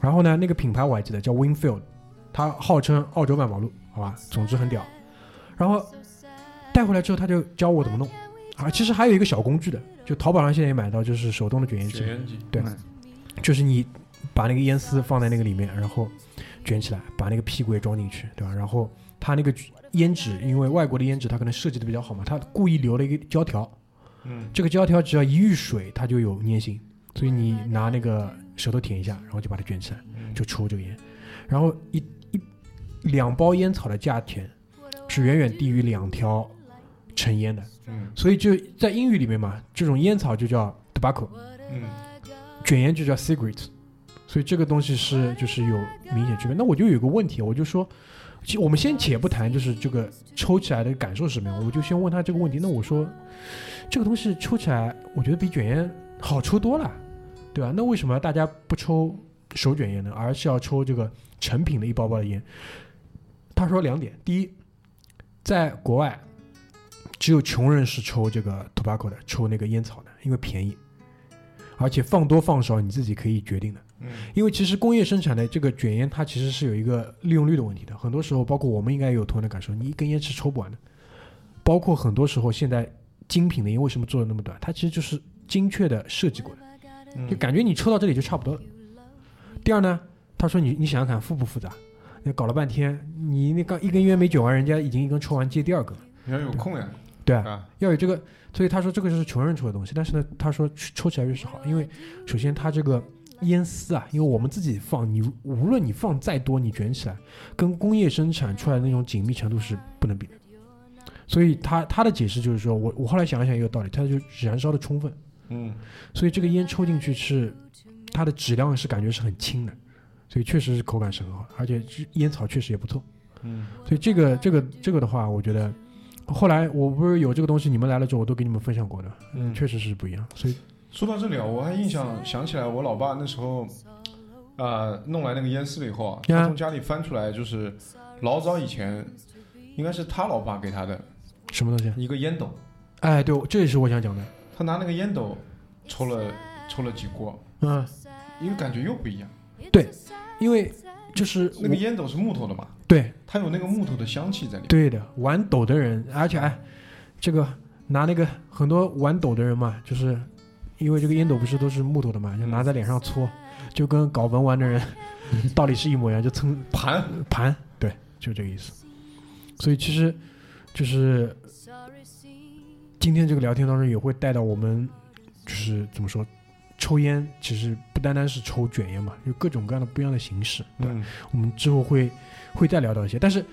S2: 然后呢，那个品牌我还记得叫 Winfield，它号称澳洲万宝路，好吧，总之很屌。然后带回来之后，他就教我怎么弄啊。其实还有一个小工具的，就淘宝上现在也买到，就是手动的卷烟机。
S3: 烟机，
S2: 对
S3: 嗯
S2: 就是你把那个烟丝放在那个里面，然后卷起来，把那个屁股也装进去，对吧？然后它那个烟纸，因为外国的烟纸它可能设计的比较好嘛，它故意留了一个胶条，
S3: 嗯，
S2: 这个胶条只要一遇水，它就有粘性，所以你拿那个舌头舔一下，然后就把它卷起来，
S3: 嗯
S2: 就抽这个烟。然后一一两包烟草的价钱是远远低于两条成烟的，
S3: 嗯
S2: 所以就在英语里面嘛，这种烟草就叫 tobacco。
S3: 嗯，
S2: 卷烟就叫 cigarette，所以这个东西是就是有明显区别。那我就有一个问题，我就说，其实我们先且不谈就是这个抽起来的感受是什么样，我就先问他这个问题。那我说，这个东西抽起来，我觉得比卷烟好抽多了，对吧？那为什么大家不抽手卷烟呢，而是要抽这个成品的一包包的烟？他说两点，第一，在国外。只有穷人是抽这个 tobacco 的，抽那个烟草的，因为便宜。而且放多放少你自己可以决定的。
S3: 嗯，
S2: 因为其实工业生产的这个卷烟，它其实是有一个利用率的问题的。很多时候，包括我们应该也有同样的感受，你一根烟是抽不完的。包括很多时候，现在精品的烟为什么做的那么短？它其实就是精确的设计过的，
S3: 嗯
S2: 就感觉你抽到这里就差不多了。第二呢，他说你你想想看复不复杂？你搞了半天，你那刚一根烟没卷完，人家已经一根抽完接第二根了，
S3: 你要有空呀，
S2: 对啊
S3: 是，吧？
S2: 要有这个，所以他说这个就是穷人抽的东西。但是呢，他说去抽起来越是好，因为首先它这个烟丝啊，因为我们自己放，你无论你放再多，你卷起来跟工业生产出来的那种紧密程度是不能比的。所以他他的解释就是说，我我后来想了想也有道理，它就燃烧的充分，
S3: 嗯，
S2: 所以这个烟抽进去是它的质量是感觉是很轻的，所以确实是口感是很好的，而且烟草确实也不错。
S3: 嗯，
S2: 所以这个这个这个的话，我觉得后来我不是有这个东西，你们来了之后我都给你们分享过的，
S3: 嗯
S2: 确实是不一样。所以
S3: 说到这里啊，我还印象想起来，我老爸那时候呃弄来那个烟丝了以后啊，
S2: 呀
S3: 他从家里翻出来就是老早以前，应该是他老爸给他的
S2: 什么东西？啊
S3: 一个烟斗，
S2: 哎，对，这也是我想讲的。
S3: 他拿那个烟斗抽了抽了几锅，
S2: 嗯，
S3: 因为感觉又不一样。
S2: 因为就是
S3: 那个
S2: 我
S3: 烟斗是木头的嘛，
S2: 对
S3: 它有那个木头的香气在里面。
S2: 对的，玩抖的人，而且哎，这个拿那个很多玩抖的人嘛，就是因为这个烟斗不是都是木头的嘛，就拿在脸上搓，就跟搞文玩的 人道理是一模一样，就蹭呃
S3: 盘
S2: 盘，对，就这个意思。所以其实就是今天这个聊天当中也会带到我们，就是怎么说，抽烟其实不单单是抽卷烟嘛，有各种各样的不一样的形式。对吧，
S3: 嗯，
S2: 我们之后会会再聊到一些，但是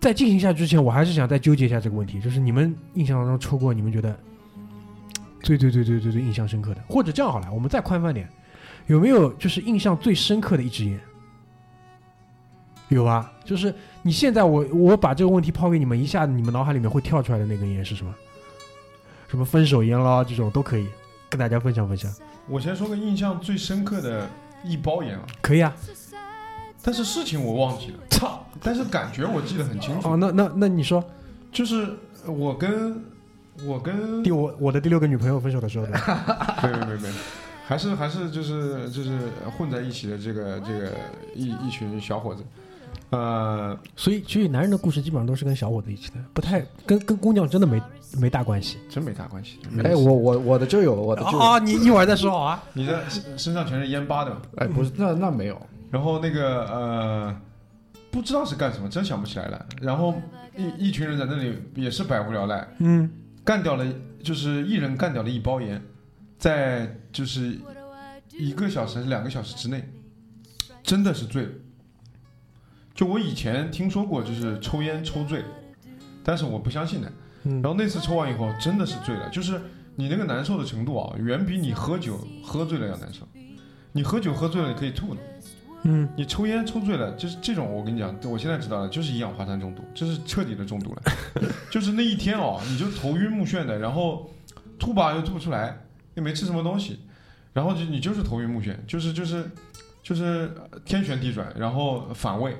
S2: 在进行下去之前，我还是想再纠结一下这个问题，就是你们印象当中抽过，你们觉得最最最最最最印象深刻的，或者这样好了，我们再宽泛点，有没有就是印象最深刻的一支烟？有啊，就是你现在我我把这个问题抛给你们，一下子你们脑海里面会跳出来的那根烟是什么？什么分手烟啦，这种都可以跟大家分享分享，
S3: 我先说个印象最深刻的一包烟啊，
S2: 可以啊。
S3: 但是事情我忘记了，
S2: 操！
S3: 但是感觉我记得很清楚。
S2: 哦，那那那你说，
S3: 就是我跟我跟
S2: 第我我的第六个女朋友分手的时候的，
S3: 没没没没，还是还是就是就是混在一起的这个这个一一群小伙子，呃，
S2: 所以，所以男人的故事基本上都是跟小伙子一起的，不太跟跟姑娘真的没没大关系。
S3: 真没啥关系。
S4: 哎，我我我的就有，我的就有。，
S2: 哦你一会儿再说好啊。
S3: 你的身身上全是烟疤的，
S4: 哎，不是，那那没有。
S3: 然后那个呃，不知道是干什么，真想不起来了。然后一一群人在那里也是百无聊赖，
S2: 嗯，
S3: 干掉了，就是一人干掉了一包烟，在就是一个小时还是两个小时之内，真的是醉了。就我以前听说过，就是抽烟抽醉，但是我不相信的。
S2: 嗯
S3: 然后那次抽完以后，真的是醉了，就是你那个难受的程度啊，远比你喝酒喝醉了要难受。你喝酒喝醉了，你可以吐的。
S2: 嗯，
S3: 你抽烟抽醉了，就是这种，我跟你讲，我现在知道了，就是一氧化碳中毒，这是彻底的中毒了。 就是那一天哦，你就头晕目眩的，然后吐吧又吐不出来，又没吃什么东西，然后就你就是头晕目眩，就是就是就是呃天旋地转，然后反胃，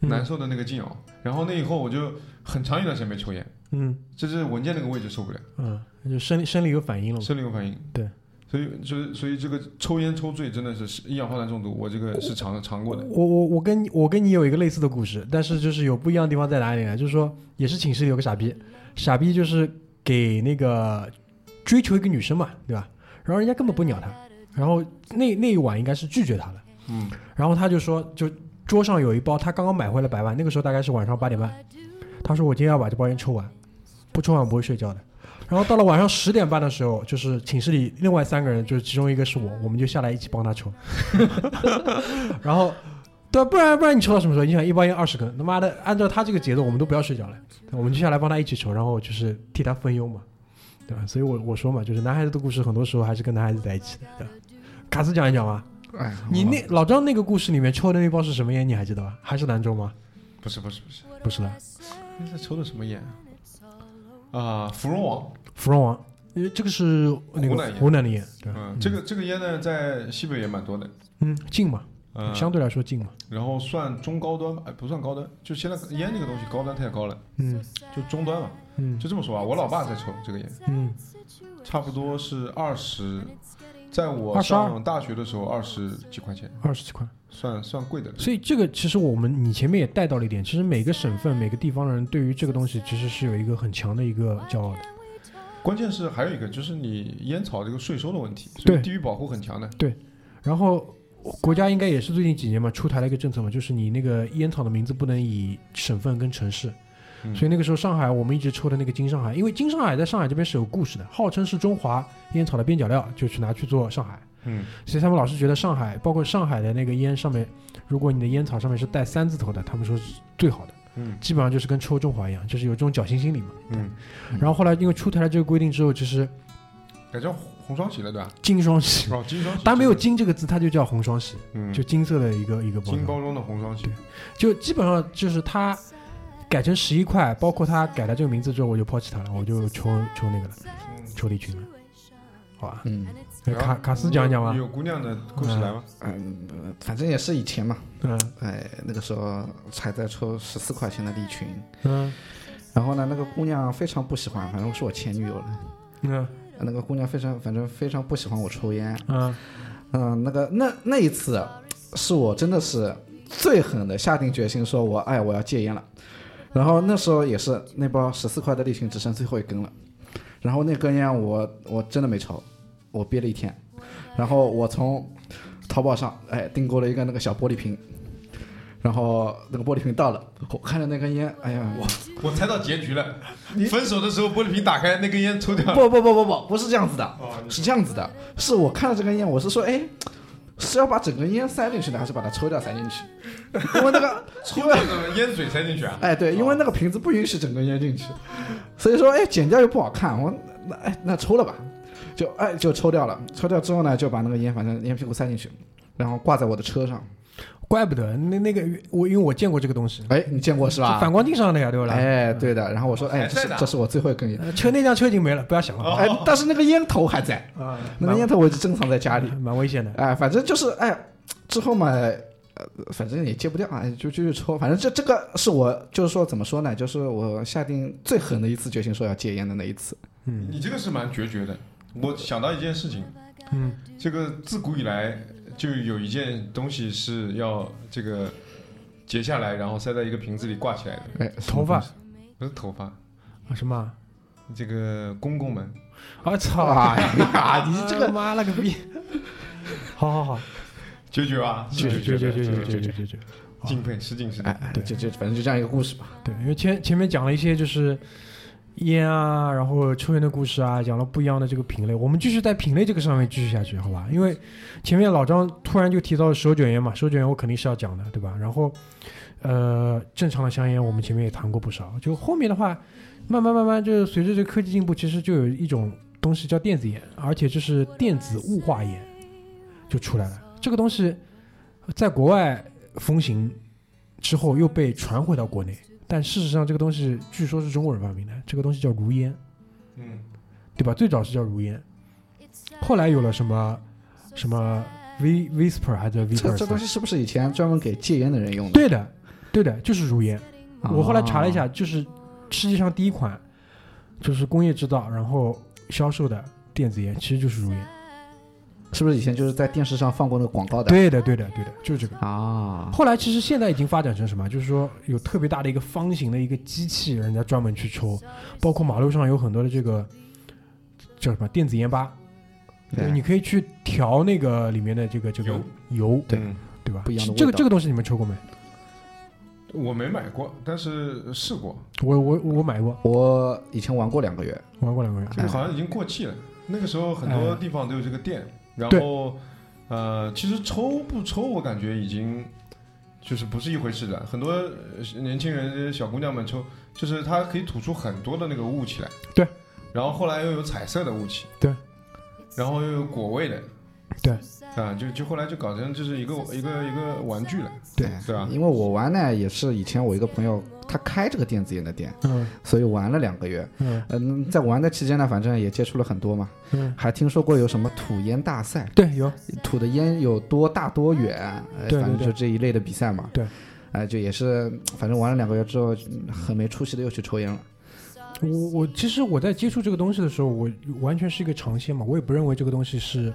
S2: 嗯
S3: 难受的那个劲哦。然后那以后我就很长一段时间没抽烟，
S2: 嗯
S3: 就是文件那个位置受不了，
S2: 嗯，就生理生理有反应了嘛。
S3: 生理有反应。
S2: 嗯对。
S3: 所以，就是所以这个抽烟抽醉真的是是一氧化碳中毒，我这个是尝尝过的。
S2: 我我我跟你我跟你有一个类似的故事，但是就是有不一样的地方在哪里呢？就是说，也是寝室里有个傻逼，傻逼就是给那个追求一个女生嘛，对吧？然后人家根本不鸟他，然后那那一晚应该是拒绝他了。
S3: 嗯，
S2: 然后他就说，就桌上有一包，他刚刚买回来百万，那个时候大概是晚上八点半。他说我今天要把这包烟抽完，不抽完不会睡觉的。然后到了晚上十点半的时候，就是寝室里另外三个人，就是其中一个是我，我们就下来一起帮他抽。 然后，对，不然不然你抽到什么时候？你想一包烟二十根，他妈的，按照他这个节奏，我们都不要睡觉了，我们就下来帮他一起抽，然后就是替他分忧嘛，对吧？所以我我说嘛，就是男孩子的故事，很多时候还是跟男孩子在一起的，对吧？卡斯讲一讲吧。
S4: 哎，
S2: 你
S4: 我
S2: 那老张那个故事里面抽的那包是什么烟？你还记得吧？还是兰州吗？
S3: 不是不是不是，
S2: 不是的，
S3: 那是抽的什么烟啊？啊，芙蓉王，
S2: 芙蓉王，呃，这个是那
S3: 湖
S2: 个
S3: 南烟
S2: 湖南的烟，对吧，
S3: 嗯，这个这个烟呢，在西北也蛮多的，
S2: 嗯，近嘛，
S3: 嗯，
S2: 相对来说近嘛，
S3: 然后算中高端吧，哎，不算高端，就现在烟这个东西高端太高了，
S2: 嗯
S3: 就中端嘛，
S2: 嗯
S3: 就这么说吧。我老爸在抽这个烟，
S2: 嗯
S3: 差不多是二十，在我
S2: 22
S3: 上大学的时候二十几块钱，
S2: 二十几块。
S3: 算算贵的了。
S2: 所以这个其实我们你前面也带到了一点，其实每个省份每个地方的人对于这个东西其实是有一个很强的一个骄傲的，
S3: 关键是还有一个就是你烟草这个税收的问题，所以
S2: 对
S3: 地域保护很强的。
S2: 然后。国家应该也是最近几年嘛，出台了一个政策嘛，就是你那个烟草的名字不能以省份跟城市，
S3: 嗯
S2: 所以那个时候上海我们一直抽的那个金上海，因为金上海在上海这边是有故事的，号称是中华烟草的边角料，就去拿去做上海。
S3: 嗯，
S2: 所以他们老是觉得上海，包括上海的那个烟上面，如果你的烟草上面是带三字头的，他们说是最好的。
S3: 嗯
S2: 基本上就是跟抽中华一样，就是有这种侥幸心理嘛。
S3: 嗯，
S2: 然后后来因为出台了这个规定之后，就是
S3: 改叫红双喜了对吧？
S2: 金双喜，
S3: 哦，金双喜，
S2: 它没有“金”这个字，它就叫红双喜，
S3: 嗯，
S2: 就金色的一个一个包装，
S3: 金包装的红双喜。
S2: 就基本上就是它改成十一块， 包括它改了这个名字之后，我就抛弃它了，我就抽抽那个了，抽离群了。好吧？
S4: 嗯
S2: 那卡卡斯讲讲吧。
S3: 有姑娘的故事来吗？
S4: 嗯、呃反正也是以前嘛，
S2: 嗯
S4: 哎，那个时候才在抽十四块钱的礼裙，
S2: 嗯
S4: 然后呢，那个姑娘非常不喜欢，反正是我前女友了。
S2: 嗯
S4: 那个姑娘非常，反正非常不喜欢我抽烟。
S2: 嗯
S4: 嗯、那个那那一次，是我真的是最狠的，下定决心说我哎我要戒烟了。然后那时候也是那包十四块的利群只剩最后一根了，然后那根烟我我真的没抽，我憋了一天。然后我从淘宝上哎订购了一个那个小玻璃瓶，然后那个玻璃瓶到了，我看着那根烟，哎呀，我
S3: 我猜到结局了。分手的时候玻璃瓶打开，那根烟抽掉了。
S4: 不不不不不，不是这样子的，
S3: 哦，
S4: 是这样子的，是我看了这根烟，我是说，哎，是要把整根烟塞进去呢，还是把它抽掉塞进去？ 因为那个，
S3: 抽掉怎么烟嘴塞进去啊？
S4: 哎，对，因为那个瓶子不允许整根烟进去，所以说，哎，剪掉又不好看，我那哎那抽了吧，就哎就抽掉了，抽掉之后呢，就把那个烟反正烟屁股塞进去，然后挂在我的车上。
S2: 怪不得那那个我因为我见过这个东西，
S4: 哎，你见过是吧
S2: 反？光镜上的呀，对不啦？
S4: 哎，对的。然后我说，哎，
S3: 还
S4: 这
S3: 在哦
S4: 是
S3: 呢
S4: 这是我最后一根烟，
S2: 呃车那辆车已经没了，不要想了
S4: 哎，但是那个烟头还在，
S2: 哦啊，
S4: 那个
S2: 蛮
S4: 烟头我一直珍藏在家里。
S2: 蛮危险的。
S4: 哎，反正就是哎，之后嘛，呃，反正也戒不掉，哎，就继续抽。反正这这个是我就是说怎么说呢，就是我下定最狠的一次决心，说要戒烟的那一次。
S3: 你这个是蛮决绝的。我想到一件事情，
S2: 嗯，
S3: 这个自古以来就有一件东西是要这个截下来，然后塞在一个瓶子里挂起来的，
S4: 哎，
S2: 头发
S3: 不是头发，
S2: 啊什么啊？
S3: 这个公公们。
S2: 我操！
S4: 啊呀，你这
S2: 这
S4: 个
S2: 个妈了个逼！好好好，
S3: 决绝吧，
S2: 九
S3: 是
S2: 九九九九
S3: 绝
S2: 九
S3: 绝
S2: 九九九。
S3: 敬佩，失敬失敬。
S4: 哎，就就反正就这样一个故事吧。
S2: 对，因为前前面讲了一些就是烟啊，然后抽烟的故事啊，讲了不一样的这个品类。我们继续在品类这个上面继续下去，好吧？因为前面老张突然就提到了手卷烟嘛，手卷烟我肯定是要讲的，对吧？然后呃，正常的香烟我们前面也谈过不少，就后面的话，慢慢慢慢就是随着这个科技进步，其实就有一种东西叫电子烟，而且就是电子雾化烟就出来了。这个东西在国外风行之后又被传回到国内。但事实上，这个东西据说是中国人发明的，这个东西叫如烟，
S3: 嗯，
S2: 对吧？最早是叫如烟，后来有了什么什么 V Whisper 还是 v i p e
S4: 这
S2: r
S4: 这东西是不是以前专门给戒烟的人用的？
S2: 对的，对的，就是如烟。
S4: 啊
S2: 我后来查了一下，，就是世界上第一款就是工业制造然后销售的电子烟，其实就是如烟。
S4: 是不是以前就是在电视上放过那个广告的？
S2: 对的，对的，对的，就是这个。
S4: 啊，
S2: 后来其实现在已经发展成什么？就是说有特别大的一个方形的一个机器，人家专门去抽，包括马路上有很多的这个叫什么电子烟吧，
S4: 对
S2: 你可以去调那个里面的这个这个
S3: 油
S2: 油，
S4: 对
S3: 嗯，
S2: 对吧？
S4: 不一样的味道
S2: 这个这个东西你们抽过没？
S3: 我没买过，但是试过，
S2: 我我我买过，
S4: 我以前玩过两个月，
S2: 玩过两个月。
S3: 这个好像已经过气了。那个时候很多地方都有这个店，然后呃，其实抽不抽，我感觉已经就是不是一回事了。很多呃年轻人、这些小姑娘们抽，就是它可以吐出很多的那个雾气来。
S2: 对。
S3: 然后后来又有彩色的雾气。
S2: 对。
S3: 然后又有果味的。
S2: 对。
S3: 啊，就就后来就搞成就是一个一个一个玩具了。
S2: 对
S3: 对啊
S4: 因为我玩呢也是以前我一个朋友他开这个电子烟的店，
S2: 嗯
S4: 所以玩了两个月。
S2: 嗯
S4: 嗯，在玩的期间呢，反正也接触了很多嘛，
S2: 嗯，
S4: 还听说过有什么吐烟大赛，
S2: 对，有
S4: 吐的烟有多大多远，呃、
S2: 对对
S4: 反正
S2: 对
S4: 就这一类的比赛嘛。
S2: 对，
S4: 哎、就也是，反正玩了两个月之后，嗯很没出息的又去抽烟了。
S2: 我我其实我在接触这个东西的时候，我完全是一个尝鲜嘛，我也不认为这个东西是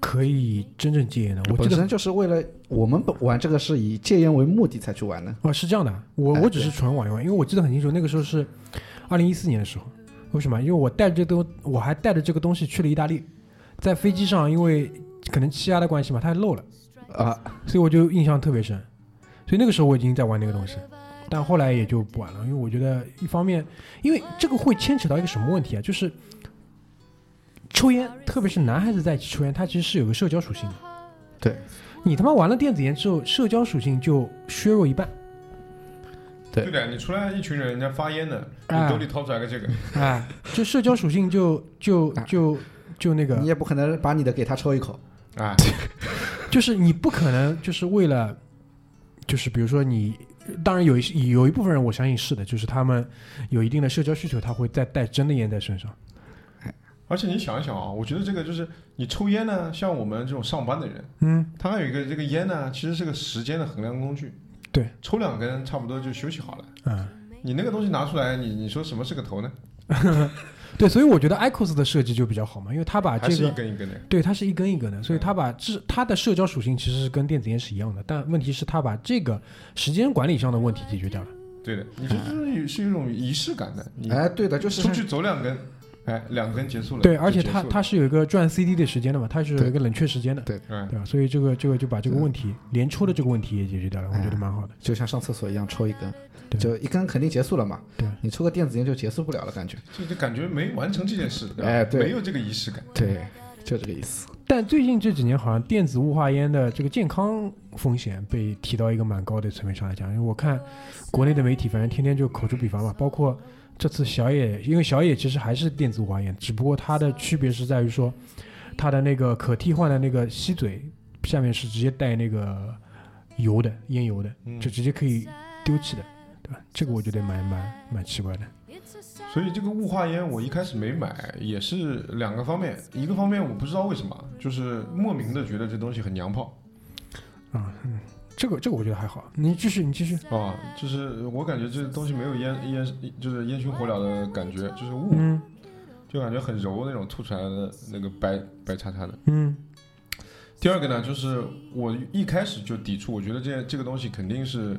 S2: 可以真正戒烟的。我
S4: 本
S2: 记得
S4: 身就是为了我们本玩这个是以戒烟为目的才去玩的。
S2: 哦，是这样的，我
S4: 哎
S2: 我只是纯玩一玩，因为我记得很清楚，那个时候是二零一四年的时候。为什么？因为我带着这东，我还带着这个东西去了意大利，在飞机上，因为可能气压的关系嘛，它漏了，
S4: 啊，
S2: 所以我就印象特别深。所以那个时候我已经在玩那个东西，但后来也就不玩了，因为我觉得一方面，因为这个会牵扯到一个什么问题啊，就是抽烟，特别是男孩子在一起抽烟，它其实是有个社交属性的。
S4: 对，
S2: 你他妈玩了电子烟之后，社交属性就削弱一半。
S4: 对
S3: 的，你出来一群人，人家发烟的，你
S2: 哎
S3: 兜里掏出来个这个，
S2: 哎，就社交属性就就就就那
S4: 你
S2: 个，
S4: 也不可能把你的给他抽一口。
S3: 哎，
S2: 就是你不可能就是为了，就是比如说你，当然有一些有一部分人我相信是的，就是他们有一定的社交需求，他会再带真的烟在身上。
S3: 而且你想一想啊，我觉得这个就是你抽烟呢，像我们这种上班的人，
S2: 嗯，
S3: 他还有一个这个烟呢，其实是个时间的衡量工具。
S2: 对，
S3: 抽两根差不多就休息好了。
S2: 啊、
S3: 你那个东西拿出来，你你说什么是个头呢？
S2: 对，所以我觉得 IQOS 的设计就比较好嘛，因为它把
S3: 还
S2: 啊这
S3: 是一嗯
S2: 个。
S3: 根一根的？
S2: 对，它是一根一根的，所以它把这它的社交属性其实是跟电子烟是一样的，但问题是它把这个时间管理上的问题解决掉了。
S3: 对的，你这就是是一种仪式感的。你
S4: 哎，对的，就是
S3: 出去走两根，哎，两根结束了。
S2: 对，而且
S3: 就结
S2: 它
S3: 束了
S2: 它是有一个转 CD 的时间的嘛，它是有一个冷却时间的，
S4: 对
S3: 嗯，
S2: 对吧？所以这个这个就把这个问题连抽的这个问题也解决掉了，我觉得蛮好的。
S4: 就像上厕所一样抽一根，
S2: 对
S4: 就一根肯定结束了嘛。
S2: 对，
S4: 你抽个电子烟就结束不了了，感觉。
S3: 就就感觉没完成这件事，吧
S4: 哎对
S3: 没有这个仪式感。
S4: 对，就这个意思。
S2: 但最近这几年，好像电子雾化烟的这个健康风险被提到一个蛮高的层面上来讲，因为我看国内的媒体，反正天天就口出彼凡嘛，包括这次小野，因为小野其实还是电子雾化烟，只不过它的区别是在于说，它的那个可替换的那个吸嘴下面是直接带那个油的烟油的，
S3: 嗯
S2: 就直接可以丢弃的，对吧？这个我觉得蛮蛮蛮奇怪的，
S3: 所以这个雾化烟我一开始没买，也是两个方面，一个方面我不知道为什么，就是莫名的觉得这东西很娘炮
S2: 啊、嗯，这个这个我觉得还好，你继续你继续，
S3: 啊，就是我感觉这东西没有烟烟就是烟熏火燎的感觉，就是雾，
S2: 嗯
S3: 就感觉很柔那种吐出来的那个白白叉叉的。
S2: 嗯
S3: 第二个呢，就是我一开始就抵触，我觉得这这个东西肯定是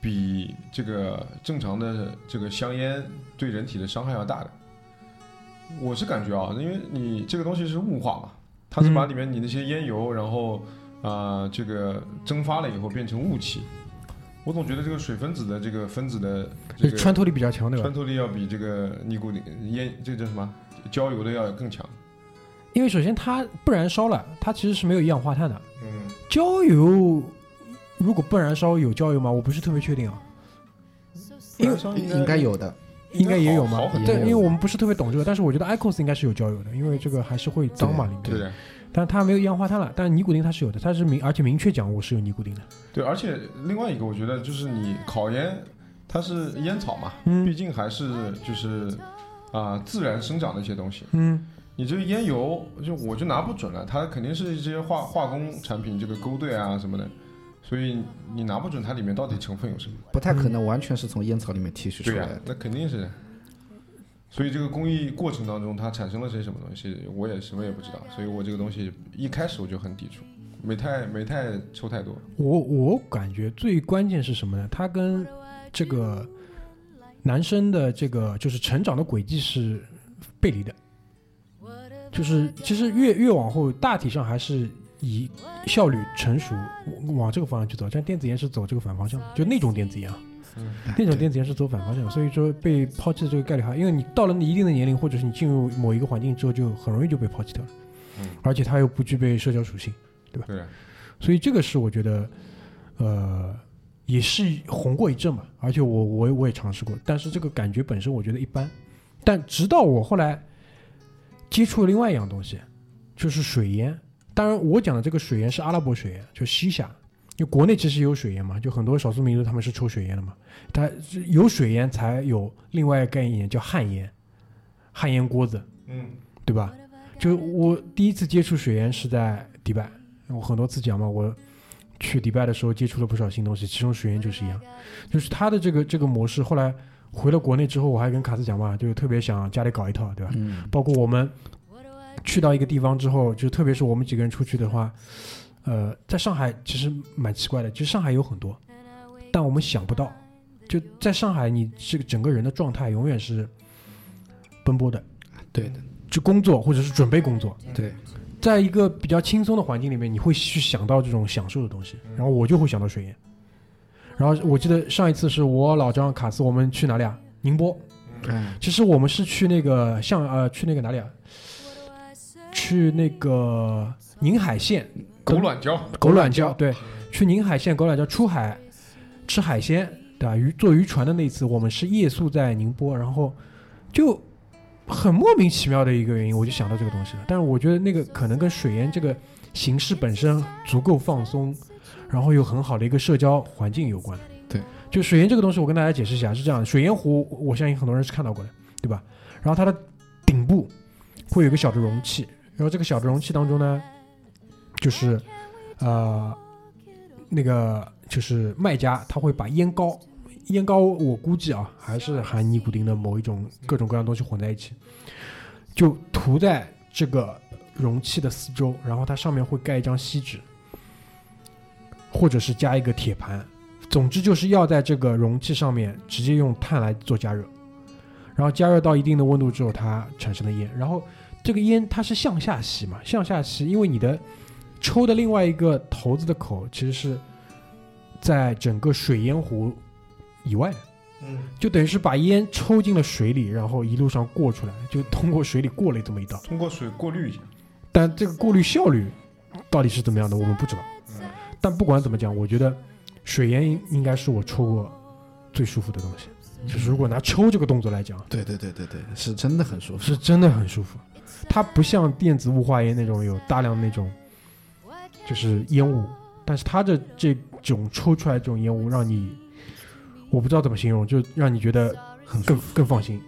S3: 比这个正常的这个香烟对人体的伤害要大的。我是感觉啊，因为你这个东西是雾化嘛，它是把
S2: 嗯
S3: 里面你那些烟油，然后啊、呃这个蒸发了以后变成雾气。我总觉得这个水分子的这个分子的这
S2: 就是
S3: 个
S2: 穿透力比较强，对吧
S3: 穿？透力要比这个尼古丁烟这个叫什么焦油的要更强。
S2: 因为首先它不燃烧了，它其实是没有一氧化碳的。
S3: 嗯，
S2: 焦油如果不燃烧有焦油吗？我不是特别确定啊，因为
S4: 应应该有的，
S2: 应该也有嘛
S3: 好很。
S2: 对，
S4: 多
S2: 因为我们不是特别懂这个，但是我觉得 IQOS 应该是有焦油的，因为这个还是会脏嘛里
S3: 对
S2: 面。
S3: 的。
S2: 但它没有一氧化碳了，但尼古丁它是有的，它是明而且明确讲我是有尼古丁的。
S3: 对，而且另外一个，我觉得就是你烤烟，它是烟草嘛，
S2: 嗯
S3: 毕竟还是就是啊、自然生长的一些东西。
S2: 嗯
S3: 你这个烟油，就我就拿不准了，它肯定是一些化化工产品，这个勾兑啊什么的，所以你拿不准它里面到底成分有什么。
S4: 不太可能完全是从烟草里面提取出
S3: 对呀、
S4: 来的。
S3: 那肯定是的。所以这个工艺过程当中，它产生了些什么东西，我也什么也不知道。所以我这个东西一开始我就很抵触，没太没太抽太多。
S2: 我我感觉最关键是什么呢？它跟这个男生的这个就是成长的轨迹是背离的，就是其实越越往后，大体上还是以效率、成熟往这个方向去走，但电子烟是走这个反方向的，就那种电子烟啊。
S4: 哎
S2: 那种电子烟是走反方向，所以说被抛弃的这个概率还，因为你到了你一定的年龄，或者是你进入某一个环境之后，就很容易就被抛弃掉了，
S3: 嗯
S2: 而且它又不具备社交属性。
S3: 对啊，
S2: 所以这个是我觉得，呃，也是红过一阵嘛。而且我我我也尝试过，但是这个感觉本身我觉得一般。但直到我后来接触了另外一样东西，就是水烟。当然，我讲的这个水烟是阿拉伯水烟，就西夏。因为国内其实也有水烟嘛，就很多少数民族他们是抽水烟的嘛。它是有水烟才有另外一个概念叫旱烟，旱烟锅子。
S3: 嗯。
S2: 对吧？就我第一次接触水烟是在迪拜，我很多次讲嘛，我去迪拜的时候接触了不少新东西，其中水烟就是一样，就是它的这个这个模式。后来回了国内之后，我还跟卡斯讲嘛，就是特别想家里搞一套，对吧？
S4: 嗯，
S2: 包括我们去到一个地方之后，就特别是我们几个人出去的话，呃，在上海其实蛮奇怪的，其实上海有很多，但我们想不到，就在上海，你这个整个人的状态永远是奔波的，
S4: 对的，
S2: 就工作或者是准备工作，
S4: 对，
S2: 在一个比较轻松的环境里面，你会去想到这种享受的东西，然后我就会想到水烟。然后我记得上一次是我老张卡斯，我们去哪里啊？宁波。
S4: 哎，
S2: 其实我们是去那个像呃去那个哪里啊？去那个宁海县
S3: 狗卵胶，
S2: 狗卵礁，嗯对，去宁海县狗卵礁出海吃海鲜，对吧？渔坐渔船的那一次，我们是夜宿在宁波，然后就很莫名其妙的一个原因，我就想到这个东西了。但是我觉得那个可能跟水淹这个形式本身足够放松，然后有很好的一个社交环境有关。
S4: 对，
S2: 就水淹这个东西，我跟大家解释一下，是这样的：水淹湖，我相信很多人是看到过的，对吧？然后它的顶部会有一个小的容器，然后这个小的容器当中呢，就是呃那个就是卖家他会把烟膏，烟膏我估计啊还是含尼古丁的某一种各种各样的东西混在一起，就涂在这个容器的四周，然后它上面会盖一张锡纸，或者是加一个铁盘，总之就是要在这个容器上面直接用碳来做加热，然后加热到一定的温度之后，它产生的烟，然后这个烟它是向下吸嘛，向下吸，因为你的抽的另外一个头子的口其实是在整个水烟壶以外的。
S4: 嗯，
S2: 就等于是把烟抽进了水里，然后一路上过出来，就通过水里过了这么一道。
S3: 通过水过滤一下。
S2: 但这个过滤效率到底是怎么样的，我们不知道。
S3: 嗯
S2: 但不管怎么讲，我觉得水烟应应该是我抽过最舒服的东西。就是如果拿抽这个动作来讲，
S4: 对对对对对，是真的很舒服。
S2: 是真的很舒服。它不像电子雾化烟那种有大量那种就是烟雾，但是它的这种抽出来这种烟雾，让你我不知道怎么形容，就让你觉得
S4: 很舒
S2: 更更放心，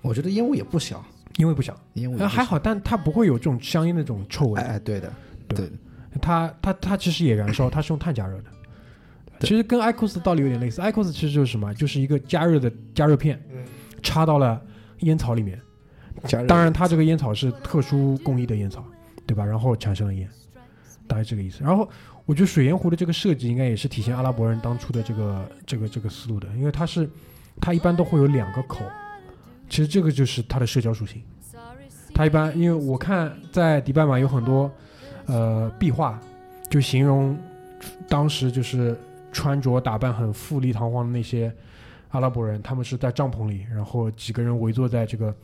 S4: 我觉得烟雾也不小，
S2: 因为不想。
S4: 烟雾也
S2: 呃，
S4: 嗯不小
S2: 还好，但它不会有这种香烟的这种臭味
S4: 哎。哎，对的，
S2: 对
S4: 对，
S2: 它它它其实也燃烧，它是用碳加热的。
S4: 对
S2: 其实跟 IQOS 的道理有点类似，IQOS 其实就是什么，就是一个加热的加热片，
S4: 嗯
S2: 插到了烟草里面。
S4: 加热
S2: 当然，它这个烟草是特殊工艺的烟草，对吧？然后产生了烟，大概这个意思。然后我觉得水盐壶的这个设计应该也是体现阿拉伯人当初的这个这个这个思路的，因为它是它一般都会有两个口，其实这个就是它的社交属性。它一般因为我看在迪拜嘛有很多呃壁画，就形容当时就是穿着打扮很富丽堂皇的那些阿拉伯人，他们是在帐篷里，然后几个人围坐在这个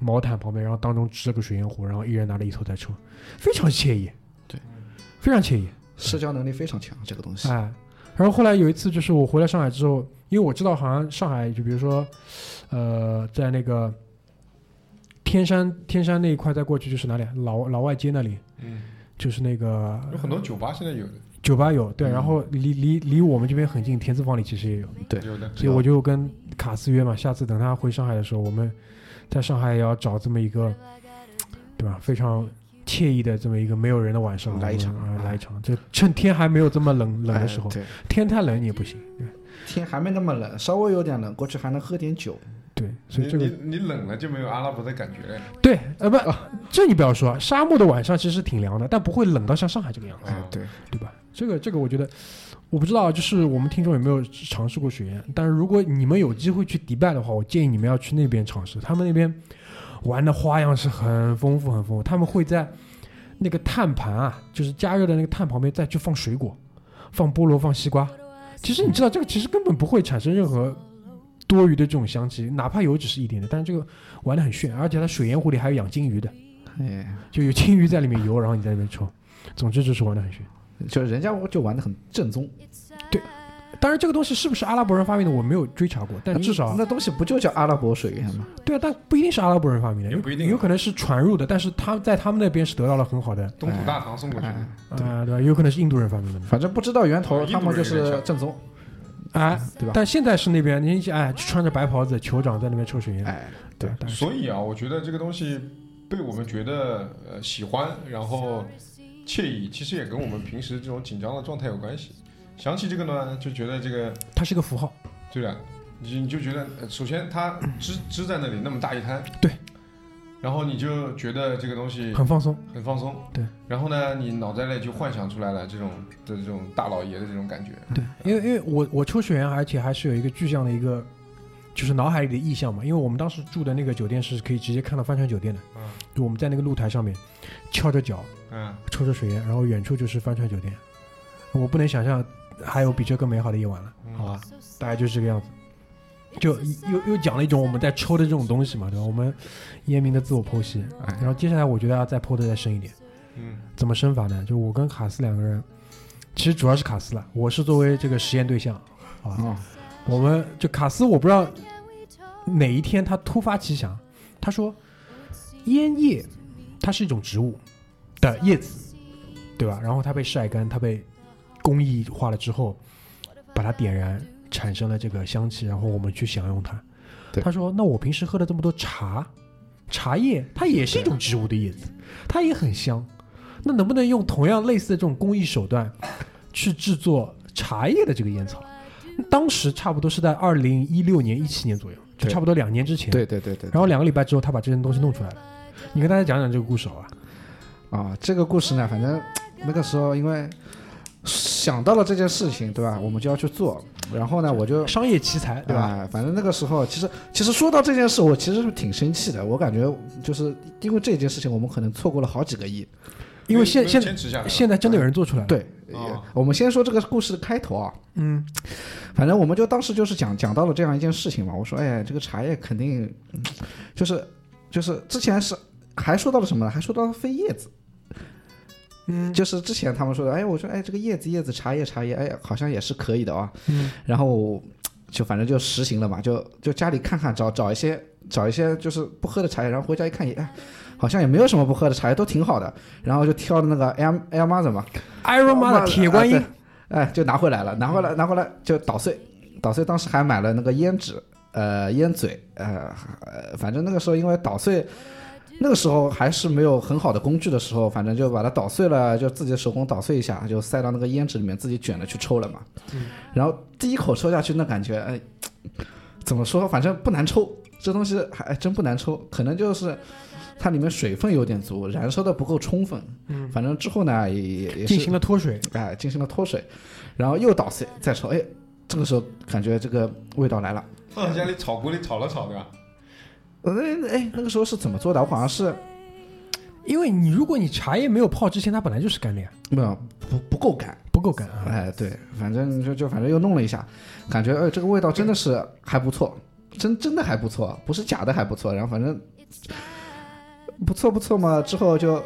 S2: 毛毯旁边，然后当中支了个水烟壶，然后一人拿着一头在抽，非常惬意，
S4: 对，
S2: 非常惬意，
S4: 社交能力非常强，这个东西。
S2: 哎。然后后来有一次，就是我回来上海之后，因为我知道好像上海，就比如说，呃，在那个天山天山那一块，再过去就是哪里啊？老老外街那里，
S3: 嗯，
S2: 就是那个
S3: 有很多酒吧现在有的，
S2: 酒吧有对，
S4: 嗯
S2: 然后离离离我们这边很近，田字坊里其实也有，
S4: 对
S3: 有的。
S2: 所以我就跟卡斯约嘛，下次等他回上海的时候，我们在上海也要找这么一个，对吧？非常惬意的这么一个没有人的晚上，
S4: 来一场
S2: 我们啊，
S4: 哎
S2: 来一场，就趁天还没有这么冷冷的时候
S4: 哎，对，嗯
S2: 天太冷也不行，
S4: 天还没那么冷，稍微有点冷，过去还能喝点酒。
S2: 对，所
S3: 你
S2: 以这
S3: 你
S2: 个
S3: 你冷了就没有阿拉伯的感觉了。
S2: 对，呃，不，
S4: 啊
S2: 这你不要说，啊沙漠的晚上其实挺凉的，但不会冷到像上海这个样子。
S4: 哎，对，
S2: 对吧？这个这个，我觉得我不知道，啊就是我们听众有没有尝试过水烟，但是如果你们有机会去迪拜的话，我建议你们要去那边尝试，他们那边玩的花样是很丰富很丰富，他们会在那个碳盘啊，就是加热的那个碳旁边再去放水果，放菠萝，放西瓜。其实你知道，这个其实根本不会产生任何多余的这种香气，哪怕有只是一点点，但是这个玩的很炫，而且它水盐壶里还有养金鱼的，
S4: 哎，
S2: 就有金鱼在里面游，然后你在里面抽，总之就是玩的很炫。
S4: 就人家就玩的很正宗，
S2: 当然，这个东西是不是阿拉伯人发明的，我没有追查过，
S4: 啊
S2: 但至少
S4: 嗯那东西不就叫阿拉伯水源吗？
S2: 对啊，但不一定是阿拉伯人发明的，
S3: 也
S2: 有
S3: 不一定啊
S2: 有可能是传入的，但是他在他们那边是得到了很好的
S3: 东土大唐送过去的，
S4: 哎，对
S2: 啊、对吧？有可能是印度人发明的
S4: 反正不知道源
S3: 哦
S4: 头，
S3: 印度
S4: 他们就
S3: 人也
S4: 是
S3: 像
S4: 正宗。
S2: 啊、
S4: 对吧
S2: 但现在是那边，你哎穿着白袍子，酋长在那边抽水烟，
S4: 哎，
S2: 对，但是
S3: 所以啊，我觉得这个东西被我们觉得呃喜欢，然后呃惬意，其实也跟我们平时这种紧张的状态有关系。想起这个呢，就觉得这个
S2: 它是一个符号，
S3: 对的，你你就觉得，呃首先它支支在那里那么大一滩，
S2: 对，
S3: 然后你就觉得这个东西
S2: 很放松。
S3: 很放松，
S2: 对，
S3: 然后呢，你脑袋里就幻想出来了这种的这种大老爷的这种感觉，
S2: 对，因为因为我我抽水烟，而且还是有一个具象的一个，就是脑海里的意象嘛。因为我们当时住的那个酒店是可以直接看到帆船酒店的，
S3: 嗯
S2: 就我们在那个露台上面翘着脚，
S3: 嗯，
S2: 抽着水烟，然后远处就是帆船酒店。我不能想象还有比这更美好的夜晚了，
S3: 嗯
S2: 好啊吧？大概就是这个样子。就又又讲了一种我们在抽的这种东西嘛，对吧？我们烟民的自我剖析。然后接下来我觉得要再剖的再深一点，
S3: 嗯
S2: 怎么深法呢？就我跟卡斯两个人，其实主要是卡斯了，我是作为这个实验对象，好吧？
S4: 哦，
S2: 我们就卡斯，我不知道哪一天他突发奇想，他说烟叶它是一种植物的叶子，对吧？然后它被晒干，它被工艺化了之后，把它点燃，产生了这个香气，然后我们去享用它。
S4: 对
S2: 他说：“那我平时喝的这么多茶，茶叶它也是一种植物的叶子，它也很香。那能不能用同样类似的这种工艺手段，去制作茶叶的这个烟草？当时差不多是在二零一六年、一七年左右，就
S4: 对
S2: 差不多两年之前。
S4: 对对对对。
S2: 然后两个礼拜之后，他把这件东西弄出来了。你跟大家讲讲这个故事好吧？
S4: 啊，这个故事呢，反正那个时候因为想到了这件事情，对吧？我们就要去做。然后呢，我就
S2: 商业奇才，对吧？
S4: 哎反正那个时候，其实其实说到这件事，我其实是挺生气的。我感觉就是因为这件事情，我们可能错过了好几个亿。
S2: 因为现
S3: 没有
S2: 现
S3: 坚持下来了，
S2: 现在真的有人做出来了。，
S4: 对，
S3: 哦
S4: 我们先说这个故事的开头啊。
S2: 嗯，
S4: 反正我们就当时就是讲讲到了这样一件事情嘛，我说，哎，这个茶叶肯定嗯就是就是之前是还说到了什么呢？还说到了飞叶子，
S2: 嗯，
S4: 就是之前他们说的，哎，我说，哎，这个叶子叶子茶叶茶叶，哎，好像也是可以的啊。
S2: 嗯
S4: 然后我就反正就实行了嘛，就就家里看看找找一些找一些就是不喝的茶叶，然后回家一看也。哎好像也没有什么不喝的茶叶，都挺好的。然后就挑的那个 Air Air m a z 嘛，
S2: ，Iron Man 的铁观音
S4: 啊，哎，就拿回来了，拿回来，拿回来就捣碎，捣碎。当时还买了那个烟纸，呃，烟嘴，呃，呃反正那个时候因为捣碎，那个时候还是没有很好的工具的时候，反正就把它捣碎了，就自己手工捣碎一下，就塞到那个烟纸里面，自己卷了去抽了嘛。然后第一口抽下去，那感觉，哎，怎么说？反正不难抽，这东西还哎真不难抽，可能就是。它里面水分有点足，燃烧的不够充分。嗯，反正之后呢，也也也是
S2: 进行了脱水。
S4: 哎，进行了脱水，然后又捣碎再炒，哎，这个时候感觉这个味道来了。
S3: 放在家里炒锅里炒了炒，对吧？
S4: 呃哎哎，那个时候是怎么做的？我好像是
S2: 因为你如果你茶叶没有泡之前，它本来就是干的呀，
S4: 没有不不够干，
S2: 不够干啊。
S4: 哎，对，反正就就反正又弄了一下，感觉哎这个味道真的是还不错，真真的还不错，不是假的还不错。然后反正不错不错嘛，之后就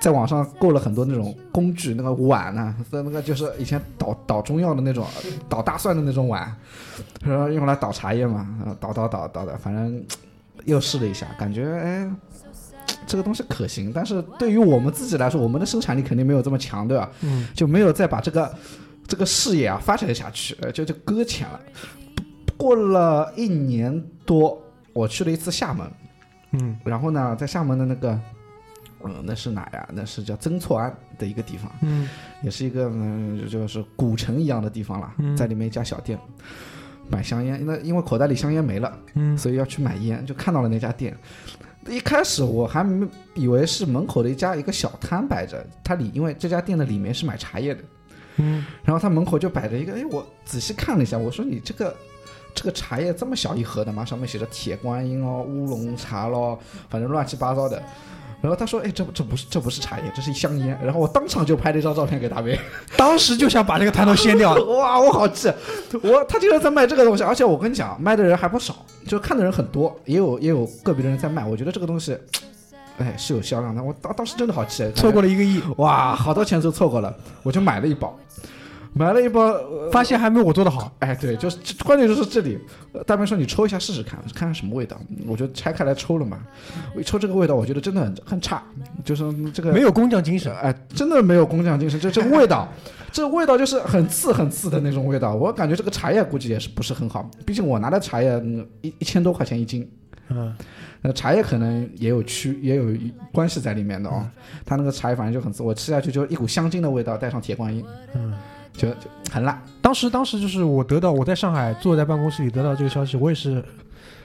S4: 在网上购了很多那种工具，那个碗呢、那那个就是以前捣捣中药的那种，捣大蒜的那种碗，然后用来捣茶叶嘛，啊然后捣捣捣捣的，反正又试了一下，感觉哎。这个东西可行，但是对于我们自己来说，我们的生产力肯定没有这么强，对吧？
S2: 嗯，
S4: 就没有再把这个这个事业啊发展下去，呃就就搁浅了。过了一年多，我去了一次厦门，
S2: 嗯
S4: 然后呢，在厦门的那个，嗯，那是哪呀？那是叫曾厝垵的一个地方，
S2: 嗯
S4: 也是一个嗯，就就是古城一样的地方啦，
S2: 嗯
S4: 在里面一家小店。买香烟，那因为口袋里香烟没了，
S2: 嗯
S4: 所以要去买烟，就看到了那家店。一开始我还没以为是门口的一家一个小摊摆着，它里因为这家店的里面是买茶叶的，
S2: 嗯
S4: 然后他门口就摆着一个，哎，我仔细看了一下，我说你这个这个茶叶这么小一盒的吗？上面写着铁观音哦、乌龙茶咯，反正乱七八糟的。然后他说，哎，这这不是这不是茶叶，这是香烟。然后我当场就拍了一张照片给大卫，
S2: 当时就想把这个摊头 掀掉了。
S4: 哇，我好气！我他竟然在卖这个东西，而且我跟你讲，卖的人还不少，就看的人很多，也有也有个别的人在卖。我觉得这个东西，哎，是有销量的。我当当时真的好 气，啊
S2: 错过了一个亿，
S4: 哇，好多钱都错过了，我就买了一包，买了一包，呃
S2: 发现还没有我做的 好。
S4: 哎，对，就是这关键就是这里。呃大明说你抽一下试试看，看看什么味道。我就拆开来抽了嘛，我一抽这个味道，我觉得真的很很差，就是这个
S2: 没有工匠精神。
S4: 哎，真的没有工匠精神，这这个味道，这个味道就是很刺很刺的那种味道。我感觉这个茶叶估计也是不是很好，毕竟我拿的茶叶嗯一一千多块钱一斤，
S2: 嗯，
S4: 那茶叶可能也有区也有关系在里面的哦。它那个茶叶反正就很刺，我吃下去就一股香精的味道，带上铁观音，
S2: 嗯，
S4: 就就很辣。
S2: 当时当时就是我得到我在上海坐在办公室里得到这个消息，我也是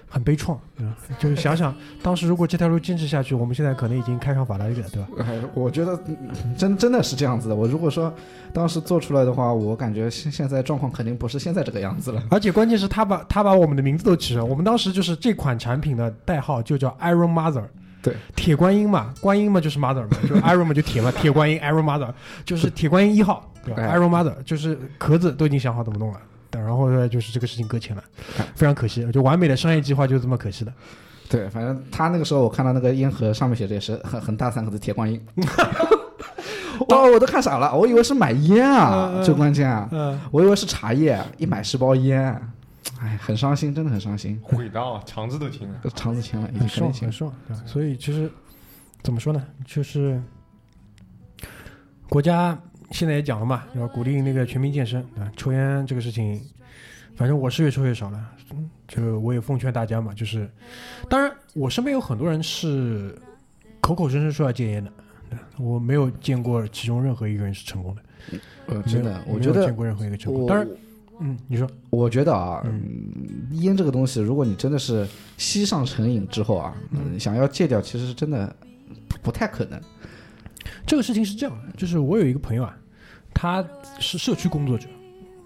S2: 很悲怆，对吧？就是想想当时如果这条路坚持下去，我们现在可能已经开上法拉利了，对吧？
S4: 哎，我觉得嗯真真的是这样子的。我如果说当时做出来的话，我感觉现现在状况肯定不是现在这个样子了。
S2: 而且关键是他把他把我们的名字都起了，我们当时就是这款产品的代号就叫 Iron Mother。
S4: 对，
S2: 铁观音嘛，观音嘛就是 mother 嘛，就是 iron 嘛就铁嘛，铁观音 iron mother 就是铁观音一号，对吧、
S4: 哎
S2: i r o n mother 就是壳子都已经想好怎么弄了，但然后呢就是这个事情搁浅了，
S4: 哎
S2: 非常可惜，就完美的商业计划就是这么可惜的。
S4: 对，反正他那个时候我看到那个烟盒上面写的也是很很大三个字“铁观 音”，哇，我都看傻了，我以为是买烟啊，
S2: 嗯嗯
S4: 最关键啊，
S2: 嗯、
S4: 我以为是茶叶，一买十包烟，哎，很伤心，真的很伤心，
S3: 毁掉啊，肠子都青了。
S4: 肠子青了，已
S2: 嗯
S4: 经
S2: 很
S4: 肯定
S2: 爽，
S4: 青
S2: 很
S4: 了。
S2: 爽。对吧所以其实怎么说呢，就是国家现在也讲了嘛，要鼓励那个全民健身啊，抽烟这个事情，反正我是越抽越少了。嗯就我也奉劝大家嘛，就是，当然我身边有很多人是口口声声说要戒烟的，我没有见过其中任何一个人是成功的，
S4: 呃，真
S2: 没
S4: 的
S2: 有，
S4: 我
S2: 没
S4: 觉
S2: 有
S4: 得
S2: 见过任何一个成功。
S4: 我
S2: 当然，嗯，你说，
S4: 我觉得啊，嗯烟这个东西，如果你真的是吸上成瘾之后啊，嗯，想要戒掉，其实是真的不不太可能。
S2: 这个事情是这样的，就是我有一个朋友啊，他是社区工作者，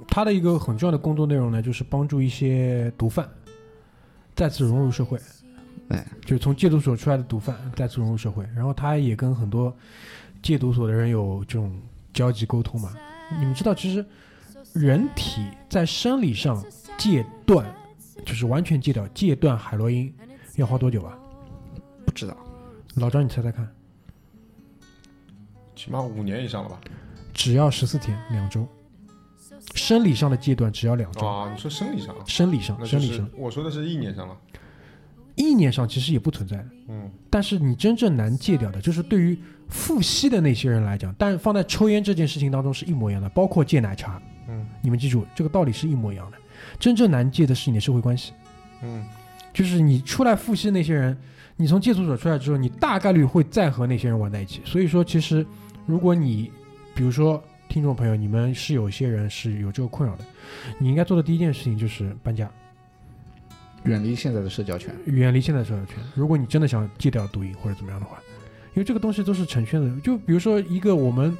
S2: 他的一个很重要的工作内容呢，就是帮助一些毒贩再次融入社会，
S4: 哎，
S2: 就是从戒毒所出来的毒贩再次融入社会。然后他也跟很多戒毒所的人有这种交集沟通嘛。你们知道，其实人体在生理上戒断，就是完全戒掉戒断海洛因要花多久啊？
S4: 不知道，
S2: 老张，你猜猜看，
S3: 起码五年以上了吧？
S2: 只要十四天，两周。生理上的戒断只要两周，
S3: 啊，你说生理上，
S2: 生理上，
S3: 那
S2: 生
S3: 就
S2: 理
S3: 是
S2: 上，
S3: 我说的是意念上了。
S2: 意念上其实也不存在的。
S3: 嗯，
S2: 但是你真正难戒掉的，就是对于复吸的那些人来讲，但放在抽烟这件事情当中是一模一样的，包括戒奶茶。
S3: 嗯，
S2: 你们记住，这个道理是一模一样的。真正难戒的是你的社会关系，
S3: 嗯，
S2: 就是你出来复吸的那些人，你从戒毒所出来之后，你大概率会再和那些人玩在一起。所以说，其实如果你，比如说听众朋友，你们是有些人是有这个困扰的，你应该做的第一件事情就是搬家。
S4: 远离现在的社交圈。
S2: 远离现在社交圈。如果你真的想戒掉毒瘾或者怎么样的话，因为这个东西都是成圈的。就比如说一个我们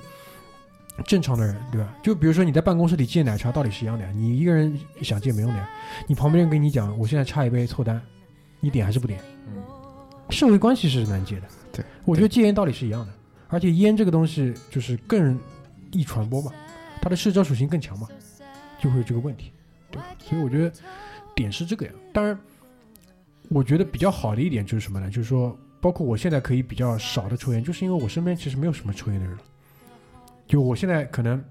S2: 正常的人，对吧？就比如说你在办公室里戒奶茶，道理是一样的呀。你一个人想戒没用的呀。你旁边人跟你讲，我现在差一杯凑单，你点还是不点？
S3: 嗯
S2: 社会关系是难戒的。
S4: 对，
S2: 我觉得戒烟道理是一样的。而且烟这个东西就是更易传播嘛，它的社交属性更强嘛，就会有这个问题，对吧？所以我觉得点是这个呀。当然，我觉得比较好的一点就是什么呢？就是说，包括我现在可以比较少的抽烟，就是因为我身边其实没有什么抽烟的人了。就我现在可能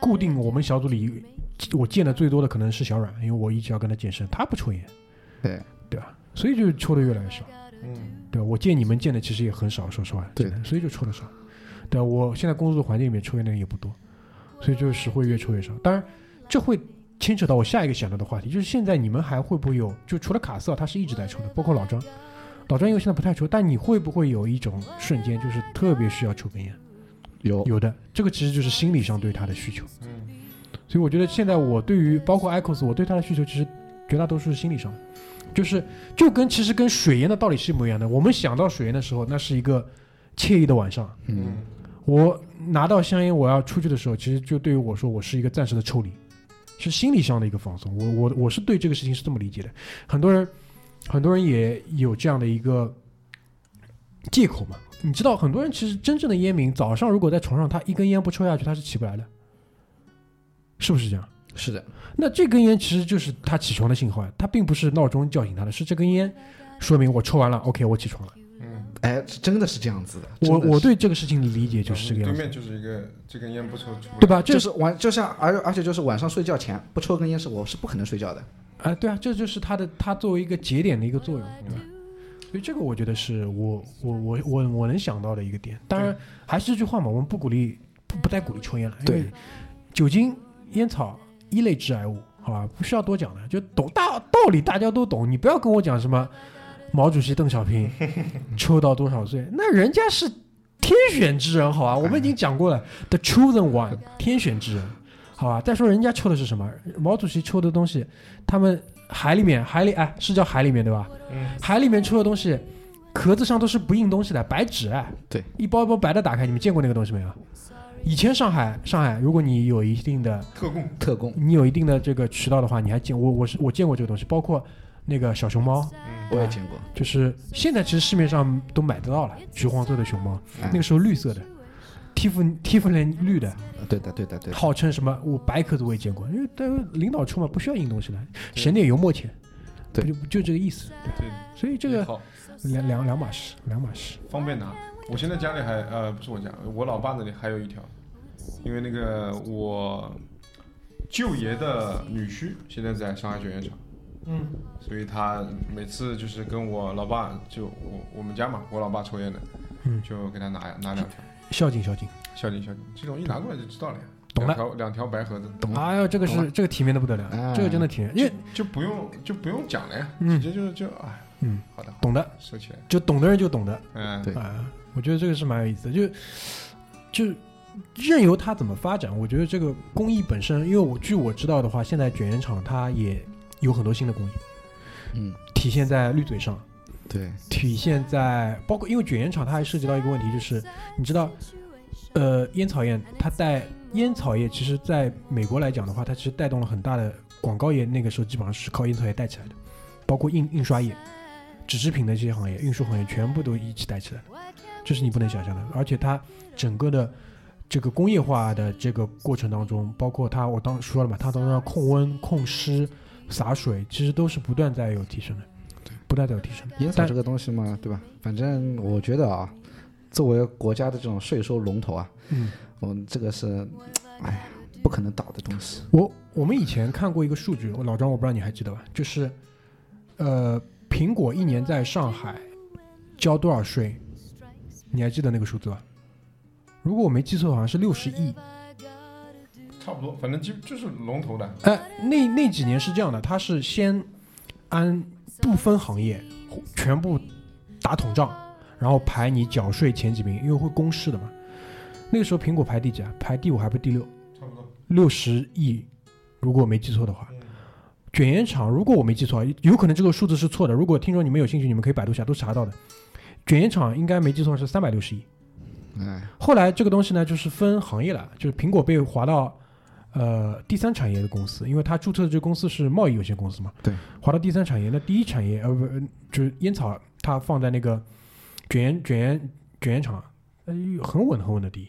S2: 固定我们小组里，我见的最多的可能是小阮，因为我一直要跟他健身，他不抽烟，
S4: 对
S2: 对吧？所以就抽的越来越少。
S3: 嗯，
S2: 对吧？我见你们见的其实也很少，说实话，
S4: 对
S2: 真的所以就抽的少。对吧，啊我现在工作的环境里面抽烟的人也不多，所以就是会越抽越少。当然，这会牵扯到我下一个想到的话题，就是现在你们还会不会有？就除了卡斯啊，他是一直在抽的，包括老张，老张因为现在不太抽，但你会不会有一种瞬间，就是特别需要抽根烟？
S4: 有
S2: 有的，这个其实就是心理上对他的需求。所以我觉得现在我对于包括 Icos，我对他的需求其实绝大多数是心理上的，就是就跟其实跟水盐的道理是一模一样的。我们想到水盐的时候，那是一个惬意的晚上；
S4: 嗯，
S3: 嗯
S2: 我拿到香烟，我要出去的时候，其实就对于我说，我是一个暂时的抽离，是心理上的一个放松。我我我是对这个事情是这么理解的。很多人很多人也有这样的一个借口嘛。你知道，很多人其实真正的烟民，早上如果在床上他一根烟不抽下去，他是起不来的，是不是这样？
S4: 是的，
S2: 那这根烟其实就是他起床的信号啊，他并不是闹钟叫醒他的，是这根烟说明我抽完了，OK，我起床了。
S3: 嗯，
S4: 哎，这真的是这样子的。
S2: 我
S4: 真的是
S2: 我对这个事情的理解就是这个
S3: 对
S2: 样
S3: 面
S2: 子，
S3: 就是一个这根烟不抽出不来
S2: 对？吧？这
S4: 就是晚，就像而而且就是晚上睡觉前不抽根烟是我是不可能睡觉的。
S2: 啊、对啊，这就是它的它作为一个节点的一个作用，对吧？所以这个我觉得是我我我我我能想到的一个点。当然，还是这句话嘛，我们不鼓励不不再鼓励抽烟了，因为
S4: 对
S2: 酒精、烟草一类致癌物，好吧，不需要多讲的，就懂大道理大家都懂，你不要跟我讲什么毛主席、邓小平抽到多少岁，那人家是天选之人，好吧，我们已经讲过了，the chosen one，天选之人。好吧，再说人家抽的是什么？毛主席抽的东西，他们海里面，海里哎是叫海里面对吧？
S3: 嗯，
S2: 海里面抽的东西，壳子上都是不印东西的，白纸哎。
S4: 对，
S2: 一包一包白的打开，你们见过那个东西没有？以前上海，上海，如果你有一定的，
S3: 特供
S4: 特工，
S2: 你有一定的这个渠道的话，你还见我我是我见过这个东西，包括那个小熊猫，
S4: 我也见过。
S2: 就是现在其实市面上都买得到了，橘黄色的熊猫，
S4: 哎
S2: 那个时候绿色的，蒂芙蒂芙尼绿的，
S4: 对的，对的，对的。
S2: 号称什么我白壳子我也见过，因为对领导出嘛不需要印东西的，省点油墨钱，
S4: 对
S2: 不就就这个意思。
S3: 对，
S2: 所以这
S3: 也
S2: 个
S3: 好
S2: 两两两码事，两码事。
S3: 方便拿。我现在家里还呃不是我家，我老爸那里还有一条，因为那个我舅爷的女婿现在在上海卷烟厂，
S2: 嗯，
S3: 所以他每次就是跟我老爸就我我们家嘛，我老爸抽烟的，
S2: 嗯
S3: 就给他拿拿两条，
S2: 孝敬孝敬，
S3: 孝敬孝敬，这种一拿过来就知道了呀，
S2: 懂了
S3: 两条两条白盒子，
S4: 懂了
S2: 哎呦，这个
S4: 嗯懂
S2: 是这个体面的不得了，
S4: 哎
S2: 这个真的体面，因为
S3: 就不用就不用讲了呀，
S2: 嗯
S3: 直接就就哎，
S2: 嗯，
S3: 好的，好的
S2: 懂的，
S3: 收起来。
S2: 就懂的人就懂的
S3: 嗯，
S4: 对
S2: 啊、我觉得这个是蛮有意思的，就就任由它怎么发展。我觉得这个工艺本身，因为我据我知道的话，现在卷烟厂它也有很多新的工艺，
S4: 嗯，
S2: 体现在滤嘴上，
S4: 对，
S2: 体现在包括因为卷烟厂它还涉及到一个问题，就是你知道，呃，烟草业它带烟草业，其实在美国来讲的话，它其实带动了很大的广告业，那个时候基本上是靠烟草业带起来的，包括印印刷业、纸制品的这些行业、运输行业全部都一起带起来的，这是你不能想象的。而且它整个的这个工业化的这个过程当中，包括它我当说了嘛，它当中要控温、控湿、洒水，其实都是不断在有提升的，不断在有提升。
S4: 烟草
S2: 但
S4: 这个东西嘛，对吧？反正我觉得啊，作为国家的这种税收龙头啊，
S2: 嗯。
S4: 我们这个是，哎，不可能倒的东西。
S2: 我我们以前看过一个数据，我老张我不知道你还记得吧？就是，呃，苹果一年在上海交多少税？你还记得那个数字吧？如果我没记错，好像是六十亿。
S3: 差不多，反正就就是龙头的。
S2: 哎、那那几年是这样的，它是先按不分行业全部打统账，然后排你缴税前几名，因为会公示的嘛。那个时候苹果排第几啊？排第五还不是第六？
S3: 差不多。
S2: 六十亿，如果我没记错的话。卷烟厂，如果我没记错，啊，有可能这个数字是错的。如果听众你们有兴趣，你们可以百度一下，都查到的。卷烟厂应该没记错是三百六十亿。
S4: 哎，
S2: 后来这个东西呢，就是分行业了，就是苹果被划到呃第三产业的公司，因为它注册的这个公司是贸易有限公司嘛，
S4: 对，
S2: 划到第三产业。那第一产业呃不呃就是烟草，它放在那个卷烟卷烟卷烟厂，呃很稳很稳的第一。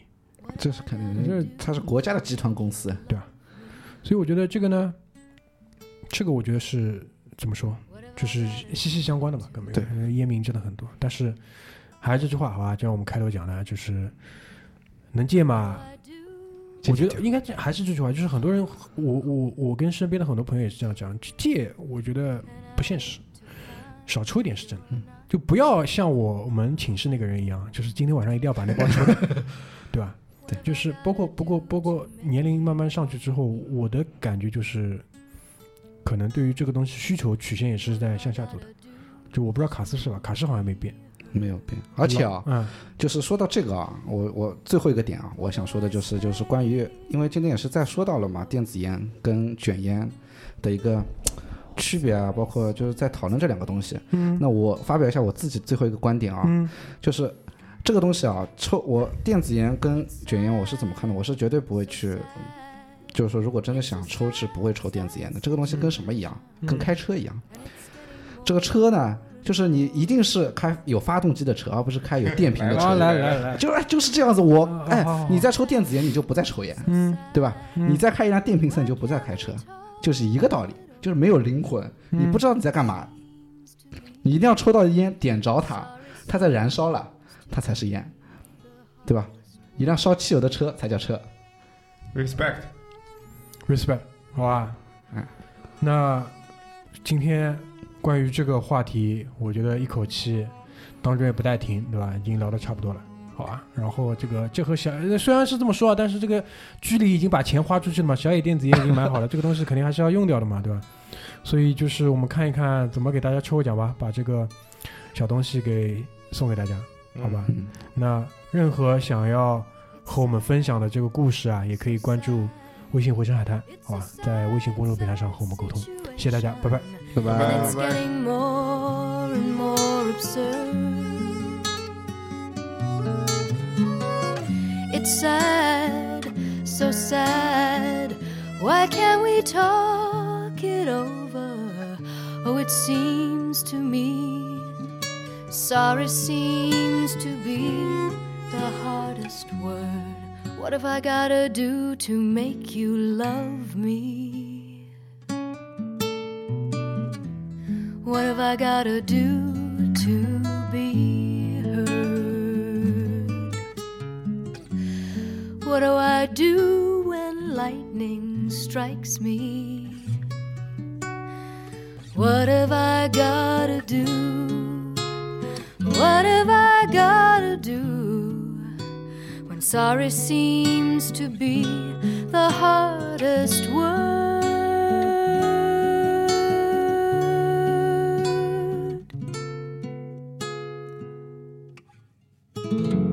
S4: 这是肯定，
S2: 这
S4: 这它是国家的集团公司。
S2: 所以我觉得这个呢，这个我觉得是怎么说，就是息息相关的嘛，跟美国
S4: 对
S2: 呃烟民真的很多。但是还是这句话，好吧，就像我们开头讲的，就是能戒嘛。我觉得应该这还是这句话，就是很多人，我我我跟身边的很多朋友也是这样讲，戒我觉得不现实，少抽一点是真的，就不要像我们寝室那个人一样，就是今天晚上一定要把那包抽掉，对吧？对，就是包括不过包括年龄慢慢上去之后，我的感觉就是，可能对于这个东西需求曲线也是在向下走的。就我不知道卡斯是吧？卡斯好像没变，
S4: 没有变，而且啊，
S2: 嗯
S4: 就是说到这个啊，我我最后一个点啊，我想说的就是就是关于，因为今天也是在说到了嘛，电子烟跟卷烟的一个区别啊，包括就是在讨论这两个东西。
S2: 嗯
S4: 那我发表一下我自己最后一个观点啊，
S2: 嗯
S4: 就是这个东西啊，抽我电子烟跟卷烟我是怎么看的？我是绝对不会去，就是说如果真的想抽是不会抽电子烟的。这个东西跟什么一样？
S2: 嗯
S4: 跟开车一样。这个车呢，就是你一定是开有发动机的车，而不是开有 电瓶的
S2: 啊
S4: 车。
S2: 来来来，
S4: 就是哎就是这样子，我
S2: 啊
S4: 哎
S2: 好好，
S4: 你在抽电子烟，你就不再抽烟，
S2: 嗯
S4: 对吧？你再开一辆电瓶车，你就不再开车，就是一个道理，就是没有灵魂，你不知道你在干嘛，你一定要抽到烟，点着它，它在燃烧了，它才是烟，对吧？一辆烧汽油的车才叫车，
S3: Respect，
S2: respect，好吧
S4: 嗯。
S2: 那今天关于这个话题，我觉得一口气当中也不带停，对吧？已经聊得差不多了，好吧。然后这个这和小呃虽然是这么说啊，但是这个居里已经把钱花出去了嘛，小野电子也已经买好 了，这个东西肯定还是要用掉的嘛，对吧？所以就是我们看一看怎么给大家抽个奖吧，把这个小东西给送给大家，好吧？
S4: 嗯，
S2: 那任何想要和我们分享的这个故事啊，也可以关注微信回声海滩，好吧，在微信公众平台上和我们沟通。谢谢大家，拜拜。
S4: 对吧？
S1: And it's getting more and more absurd. It's sad, so sad. Why can't we talk it over? Oh, it seems to me sorry seems to be the hardest word. What have I gotta do to make you love me? What have I gotta do to be heard? What do I do when lightning strikes me? What have I gotta do? What have I gotta do when sorry seems to be the hardest word? 嗯